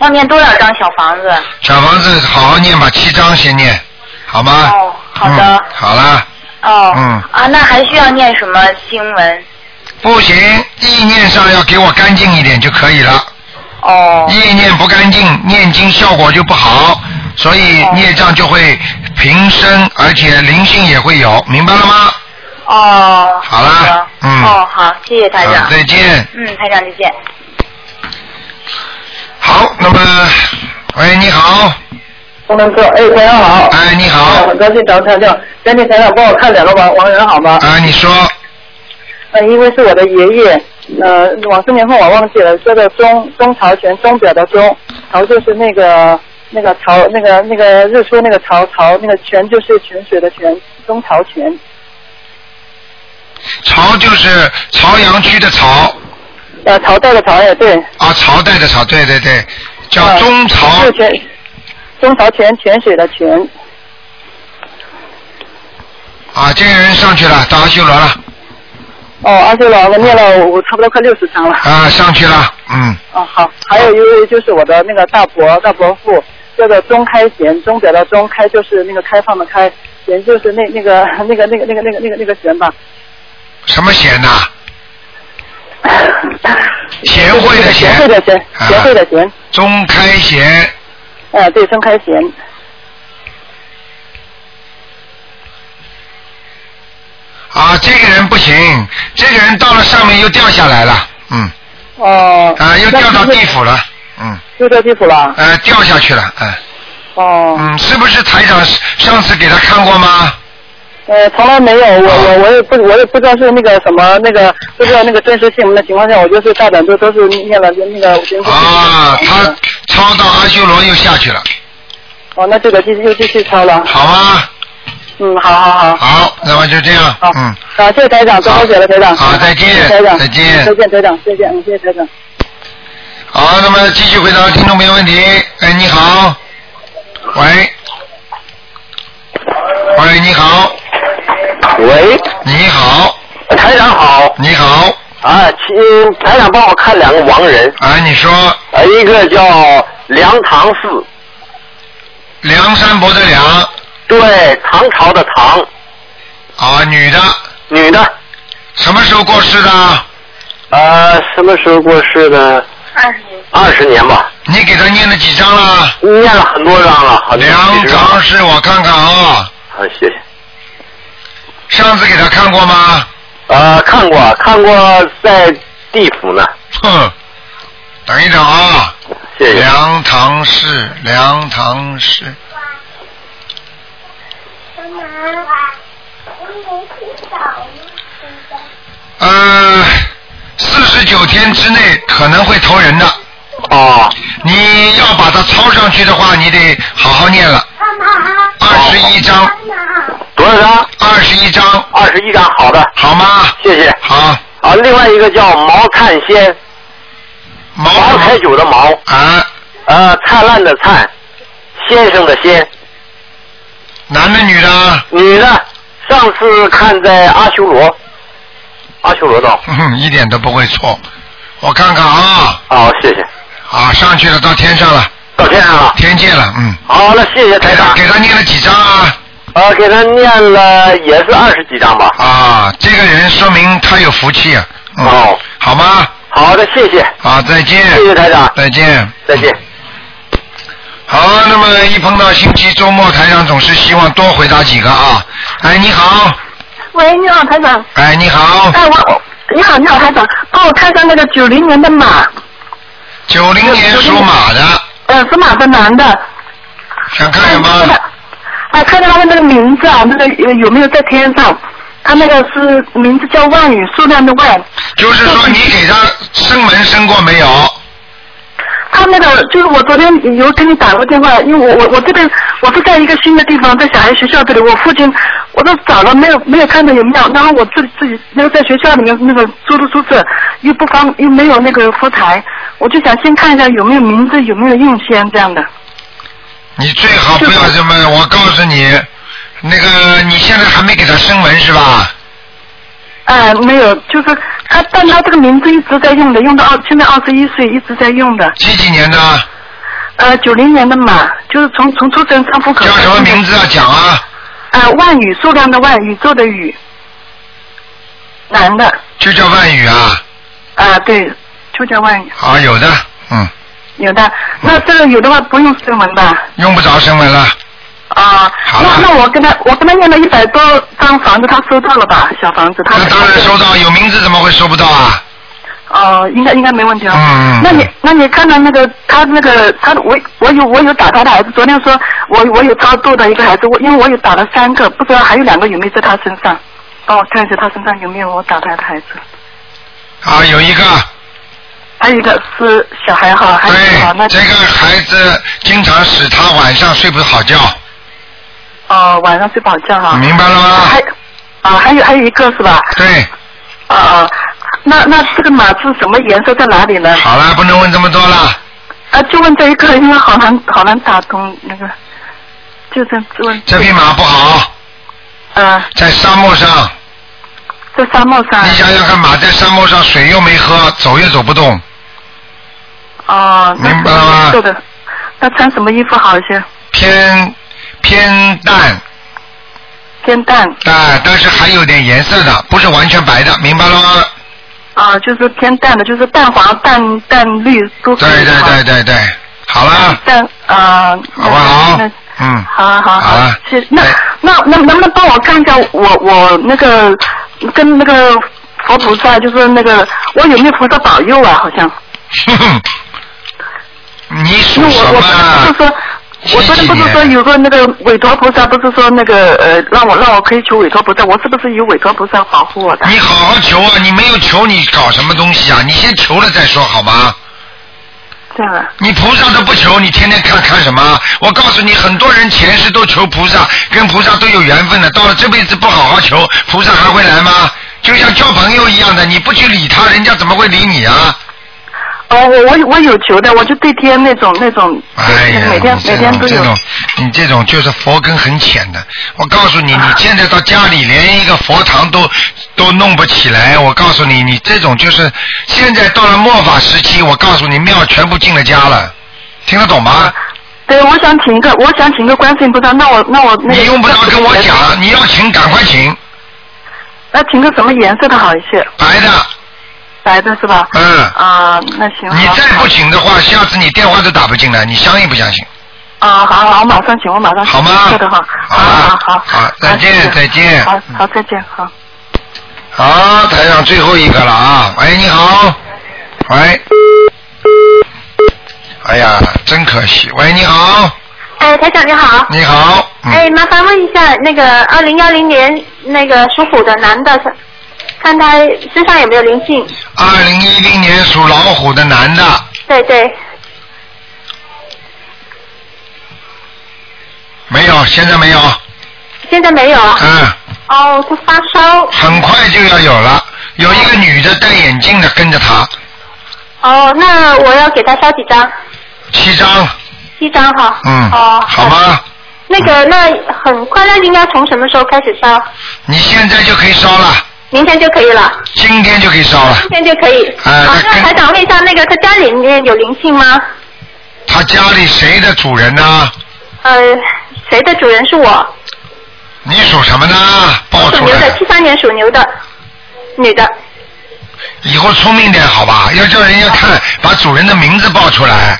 Speaker 9: 要念多少张小房子？
Speaker 1: 小房子好好念吧，七章先念，好吗？
Speaker 9: 哦，好的
Speaker 1: 嗯、好啦，
Speaker 9: 哦。
Speaker 1: 嗯
Speaker 9: 啊，那还需要念什么经文？
Speaker 1: 不行，意念上要给我干净一点就可以了。
Speaker 9: 哦。
Speaker 1: 意念不干净，念经效果就不好，所以孽障就会平生，而且灵性也会有，明白了吗？
Speaker 9: 哦。
Speaker 1: 好啦，嗯。
Speaker 9: 哦，好，谢谢台长
Speaker 1: 好。啊再见
Speaker 9: 嗯，台长再见。
Speaker 1: 好，那么，喂，你好，
Speaker 2: 不能哥，哎，台长好。
Speaker 1: 哎，你好。
Speaker 2: 很高兴找台长，赶紧台长帮我看两个王王人好吗？
Speaker 1: 啊，你说。
Speaker 2: 呃，因为是我的爷爷，呃，往生年份我忘记了，说的钟钟朝前，钟表的钟，朝就是那个那个朝那个那个日出那个朝朝，那个泉就是泉水的泉，钟朝泉。
Speaker 1: 朝就是朝阳区的朝。
Speaker 2: 呃，朝代的朝哎，对。
Speaker 1: 啊，朝代的朝，对对对，叫
Speaker 9: 哦
Speaker 2: 呃
Speaker 1: 中朝。
Speaker 2: 是泉，钟朝泉泉水的泉。
Speaker 1: 啊，这个人上去了，到阿修罗了，
Speaker 2: 哦，阿修罗，我念了我差不多快六十章了。
Speaker 1: 啊，上去了，嗯，
Speaker 2: 哦，好，还有一位就是我的那个大伯大伯父，叫做钟开贤，钟表的钟开就是那个开放的开，贤就是那那个那个那个那个那个那个那个贤吧，
Speaker 1: 什么贤呐、贤啊惠的
Speaker 2: 贤惠的贤，贤惠的贤，
Speaker 1: 钟开贤，
Speaker 2: 哎、对，钟开贤，
Speaker 1: 啊，这个人不行，这个人到了上面又掉下来了，嗯，
Speaker 2: 哦，
Speaker 1: 啊，又掉到地府了，嗯，
Speaker 2: 又掉地府了，
Speaker 1: 呃，掉下去了，嗯、
Speaker 2: 哦，
Speaker 1: 嗯，是不是台长上次给他看过吗？
Speaker 2: 嗯、
Speaker 11: 呃，从来没有，我我我也不我也不知道是那个什么那个不知道那个真实姓名的情况下，我就是大胆都都是念了那个五经。
Speaker 1: 啊，他抄到阿修罗又下去了，
Speaker 11: 哦，那这个继续又继续抄了。
Speaker 1: 好啊。
Speaker 11: 嗯，好好好。
Speaker 1: 好，那么就这样，嗯，
Speaker 11: 好，啊谢谢台长，多喝水了，台长。
Speaker 1: 好再见
Speaker 11: 谢谢台长，
Speaker 1: 再见
Speaker 11: 再见，台长，再见，嗯，谢谢台长。
Speaker 1: 好，那么继续回答听众朋友问题。哎，你好，喂，喂，你好，
Speaker 12: 喂，
Speaker 1: 你好，
Speaker 12: 台长好，
Speaker 1: 你好，
Speaker 12: 啊，请台长帮我看两个亡人，
Speaker 1: 啊，你说，
Speaker 12: 呃，一个叫梁唐四，
Speaker 1: 梁山伯的梁，
Speaker 12: 对，唐朝的唐，
Speaker 1: 啊，女的，
Speaker 12: 女的，
Speaker 1: 什么时候过世的？
Speaker 12: 呃，什么时候过世的？二十年吧，
Speaker 1: 你给他念了几张了？
Speaker 12: 念了很多张了，好像
Speaker 1: 梁
Speaker 12: 几十
Speaker 1: 长是我看看啊，
Speaker 12: 好，谢谢。
Speaker 1: 上次给他看过吗？
Speaker 12: 呃，看过，看过在地府呢，
Speaker 1: 哼，等一等啊。
Speaker 12: 谢谢
Speaker 1: 梁唐氏，梁唐氏，呃，四十九天之内可能会投人的。
Speaker 12: 哦。
Speaker 1: 你要把它抄上去的话，你得好好念了。二十一章。
Speaker 12: 多少张？
Speaker 1: 二十一张。
Speaker 12: 二十一张，好的，
Speaker 1: 好吗？
Speaker 12: 谢谢。
Speaker 1: 好。
Speaker 12: 啊，另外一个叫毛灿仙，
Speaker 1: 毛
Speaker 12: 开九的毛，
Speaker 1: 啊，
Speaker 12: 呃，灿烂的灿，先生的先，
Speaker 1: 男的女的？
Speaker 12: 女的，上次看在阿修罗，阿修罗道，
Speaker 1: 哼哼，一点都不会错。我看看啊，
Speaker 12: 好，谢谢，
Speaker 1: 啊，上去了，到天上了，
Speaker 12: 到天上了，
Speaker 1: 天界了，嗯。
Speaker 12: 好了，谢谢台长，
Speaker 1: 给他念了几张啊？
Speaker 12: 呃，给他念了也是二十几张吧，
Speaker 1: 啊，这个人说明他有福气啊。嗯、
Speaker 12: 哦，
Speaker 1: 好吗？
Speaker 12: 好的，谢谢，
Speaker 1: 好，再见。
Speaker 12: 谢谢台长
Speaker 1: 再见。
Speaker 12: 再见。
Speaker 1: 好，那么一碰到星期周末，台长总是希望多回答几个啊。哎，你好，
Speaker 3: 喂，你好，台长。
Speaker 1: 哎，你好，
Speaker 3: 哎，我，你好，你好，台长，帮我看看那个九零年的马，
Speaker 1: 九零年属马的，
Speaker 3: 呃，属马的男的。
Speaker 1: 想看什
Speaker 3: 嗯
Speaker 1: 么？
Speaker 3: 哎，看看他的那个名字啊，那个有有没有在天上？他那个是名字叫万语，数量的万。
Speaker 1: 就是说你给他生门生过没有？
Speaker 3: 他那个就是我昨天有给你打过电话，因为我我我这边我是在一个新的地方，在小孩学校这里，我父亲我都找了没有没有看到有没有，然后我自己自己那个在学校里面那个租的宿舍又不方又没有那个佛台，我就想先看一下有没有名字有没有印仙这样的。
Speaker 1: 你最好不要这么，我告诉你，那个你现在还没给他生门是吧？
Speaker 3: 哎，没有，就是他，但他这个名字一直在用的，用到二，现在二十一岁一直在用的。
Speaker 1: 几几年的？
Speaker 3: 呃，九零年的马，就是从从出生上户口。叫什
Speaker 1: 么名字啊？讲啊。
Speaker 3: 呃，万宇，数量的万，宇宙的宇，男的。
Speaker 1: 就叫万宇啊，
Speaker 3: 啊，对，就叫万宇，
Speaker 1: 啊，有的，嗯，
Speaker 3: 有的。那这个有的话不用声纹吧？
Speaker 1: 用不着生门了。
Speaker 3: 啊，那那我跟他，我跟他念了一百多张房子，他收到了吧？小房子，他
Speaker 1: 那当然收到，有名字怎么会收不到啊？
Speaker 3: 哦，应该应该没问题啊。
Speaker 1: 嗯
Speaker 3: 那你那你看到那个他那个他我我有我有打他的孩子，昨天说我我有超度的一个孩子，我因为我有打了三个，不知道还有两个有没有在他身上，帮我看一下他身上有没有我打他的孩子。
Speaker 1: 啊，有一个，
Speaker 3: 还有一个是小孩哈，还有一个好哎那
Speaker 1: 哎这个孩子经常使他晚上睡不好觉，
Speaker 3: 哦晚上睡不好觉哈。
Speaker 1: 明白了吗？
Speaker 3: 还啊还有还有一个是吧？
Speaker 1: 对。
Speaker 3: 啊啊，那那这个马是什么颜色在哪里呢？
Speaker 1: 好了，不能问这么多了。
Speaker 3: 啊，就问这一个，因为好难好难打通那个，就这就问。
Speaker 1: 这匹马不好，
Speaker 3: 啊，
Speaker 1: 在沙漠上，
Speaker 3: 在沙漠上。
Speaker 1: 你想想看，马在沙漠上，水又没喝，走也走不动。
Speaker 3: 哦，明白了吗？对的，那穿什么衣服好一些？
Speaker 1: 偏偏淡。
Speaker 3: 偏淡。
Speaker 1: 啊，但是还有点颜色的，不是完全白的，明白了吗？
Speaker 3: 啊，就是偏淡的，就是淡黄、淡淡绿都可以。
Speaker 1: 对对对对对，好了，
Speaker 3: 淡啊。好不好？那
Speaker 1: 嗯，
Speaker 3: 好啊好啊
Speaker 1: 好啊，
Speaker 3: 是那那那能不能帮我看一下我我那个跟那个佛菩萨，就是那个我有没有菩萨保佑啊？好像。
Speaker 1: 哼哼，你属
Speaker 3: 因为
Speaker 1: 什
Speaker 3: 我
Speaker 1: 么？啊
Speaker 3: 我就是说我昨天不是说有个那个委托菩萨，不是说那个呃，让我让我可以求委托菩萨，我是不是有委托菩萨保护我的？
Speaker 1: 你好好求啊！你没有求，你搞什么东西啊？你先求了再说好吗？
Speaker 3: 这样啊，
Speaker 1: 你菩萨都不求，你天天看看什么？我告诉你，很多人前世都求菩萨，跟菩萨都有缘分的，到了这辈子不好好求，菩萨还会来吗？就像交朋友一样的，你不去理他，人家怎么会理你啊？
Speaker 3: 哦，我我我有求的，我就对天那种那种，
Speaker 1: 哎呀，
Speaker 3: 每天
Speaker 1: 你这
Speaker 3: 每天
Speaker 1: 种
Speaker 3: 都
Speaker 1: 这
Speaker 3: 有
Speaker 1: 种，你这种就是佛根很浅的。我告诉你，你
Speaker 3: 啊
Speaker 1: 现在到家里连一个佛堂都都弄不起来。我告诉你，你这种就是现在到了末法时期，我告诉你，庙全部进了家了，听得懂
Speaker 3: 啊
Speaker 1: 吗？
Speaker 3: 对，我想请个，我想请个观世音菩萨，那我那我那个。
Speaker 1: 你用不着跟我讲，啊你要请赶快请，
Speaker 3: 那请个什么颜色的好一些？
Speaker 1: 白的。
Speaker 3: 白的是吧？
Speaker 1: 嗯
Speaker 3: 啊、那行。
Speaker 1: 你再不请的话，下次你电话都打不进来，你相信不相信？
Speaker 3: 啊，好好，我马上请，我马上请。好吗？啊对的哈，好好好。啊
Speaker 1: 好，再见再见。
Speaker 3: 好好再见好。
Speaker 1: 好，台上最后一个了啊！喂，你好，喂，哎呀，真可惜。喂，你好，
Speaker 9: 哎，台长你好。
Speaker 1: 你好，嗯
Speaker 9: 哎，麻烦问一下，那个二零幺零年那个属虎的男的，看他身上有没有灵性？
Speaker 1: 二零一零年属老虎的男的，
Speaker 9: 对对，
Speaker 1: 没有，现在没有，
Speaker 9: 现在没有。
Speaker 1: 嗯。
Speaker 9: 哦，他发烧。
Speaker 1: 很快就要有了。有一个女的戴眼镜的跟着他，
Speaker 9: 哦，那我要给他烧几张？
Speaker 1: 七张，
Speaker 9: 七张哈。
Speaker 1: 嗯，
Speaker 9: 哦，
Speaker 1: 好吗？
Speaker 9: 那个，那很快，那应该从什么时候开始烧？
Speaker 1: 你现在就可以烧了，
Speaker 9: 明天就可以了，
Speaker 1: 今天就可以烧了。
Speaker 9: 今天就可以。
Speaker 1: 哎
Speaker 9: 好，
Speaker 1: 那
Speaker 9: 那台长问一下，那个他家里面有灵性吗？
Speaker 1: 他家里谁的主人呢？
Speaker 9: 呃，谁的主人是我？
Speaker 1: 你属什么呢？报
Speaker 9: 属
Speaker 1: 出
Speaker 9: 牛
Speaker 1: 哦来。
Speaker 9: 的，七三年属牛的，女的。
Speaker 1: 以后聪明点好吧，要叫人家看，把主人的名字报出来。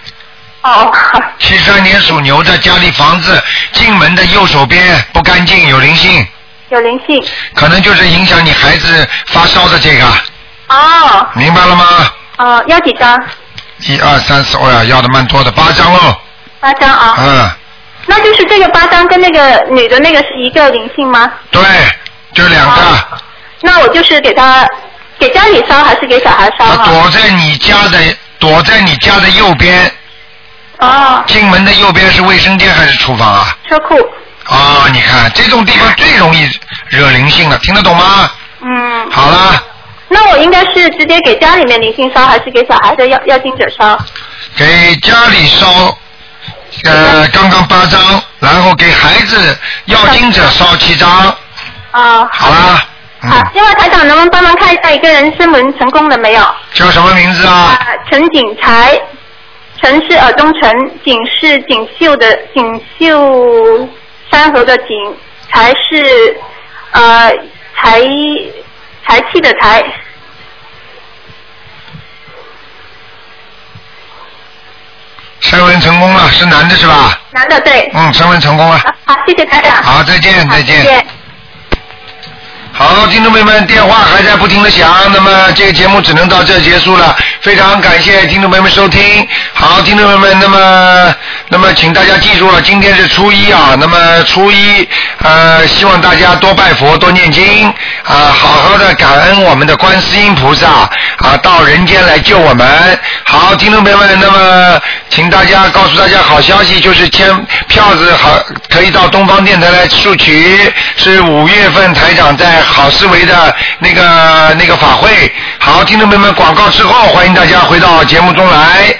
Speaker 9: 哦。
Speaker 1: 七三年属牛的，家里房子进门的右手边不干净，有灵性，
Speaker 9: 有灵性。
Speaker 1: 可能就是影响你孩子发烧的这个，
Speaker 9: 哦，
Speaker 1: 明白了吗？
Speaker 9: 呃，要几张？
Speaker 1: 一二三四，哎呀，要的蛮多的，八张喽。
Speaker 9: 八张啊。
Speaker 1: 嗯，
Speaker 9: 那就是这个八张跟那个女的那个是一个灵性吗？
Speaker 1: 对，就两个，
Speaker 9: 那我就是给她给家里烧还是给小孩烧
Speaker 1: 它
Speaker 9: 啊？
Speaker 1: 躲在你家的，躲在你家的右边。
Speaker 9: 哦。
Speaker 1: 进门的右边是卫生间还是厨房啊？
Speaker 9: 车库。
Speaker 1: 啊、你看这种地方最容易惹灵性了，听得懂吗？
Speaker 9: 嗯。
Speaker 1: 好了。
Speaker 9: 那我应该是直接给家里面灵性烧，还是给小孩的要要经者烧？
Speaker 1: 给家里烧，呃，刚刚八张，然后给孩子要经者烧七张，
Speaker 9: 啊、
Speaker 1: 好嗯啦，
Speaker 9: 好。另外，台长能不能帮忙看一下一个人升文成功了没有？
Speaker 1: 叫什么名字啊？
Speaker 9: 啊，陈景才，陈是耳东陈，景是锦绣的锦绣山河的景，才是呃才才气的才。
Speaker 1: 升温成功了，是男的是吧？
Speaker 9: 男的对。
Speaker 1: 嗯，升温成功了。
Speaker 9: 好，谢谢台长。
Speaker 1: 好，再见，再
Speaker 9: 谢
Speaker 1: 见。
Speaker 9: 谢。
Speaker 1: 好，听众朋友们，电话还在不停的响，那么这个节目只能到这儿结束了。非常感谢听众朋友们收听。好，听众朋友们，那么那么请大家记住了，今天是初一啊，那么初一呃，希望大家多拜佛，多念经啊、好好的感恩我们的观世音菩萨啊，到人间来救我们。好，听众朋友们，那么请大家告诉大家好消息，就是签票子好可以到东方电台来索取，是五月份台长在好思维的那个那个法会。好，听众朋友们，广告之后，欢迎大家回到节目中来。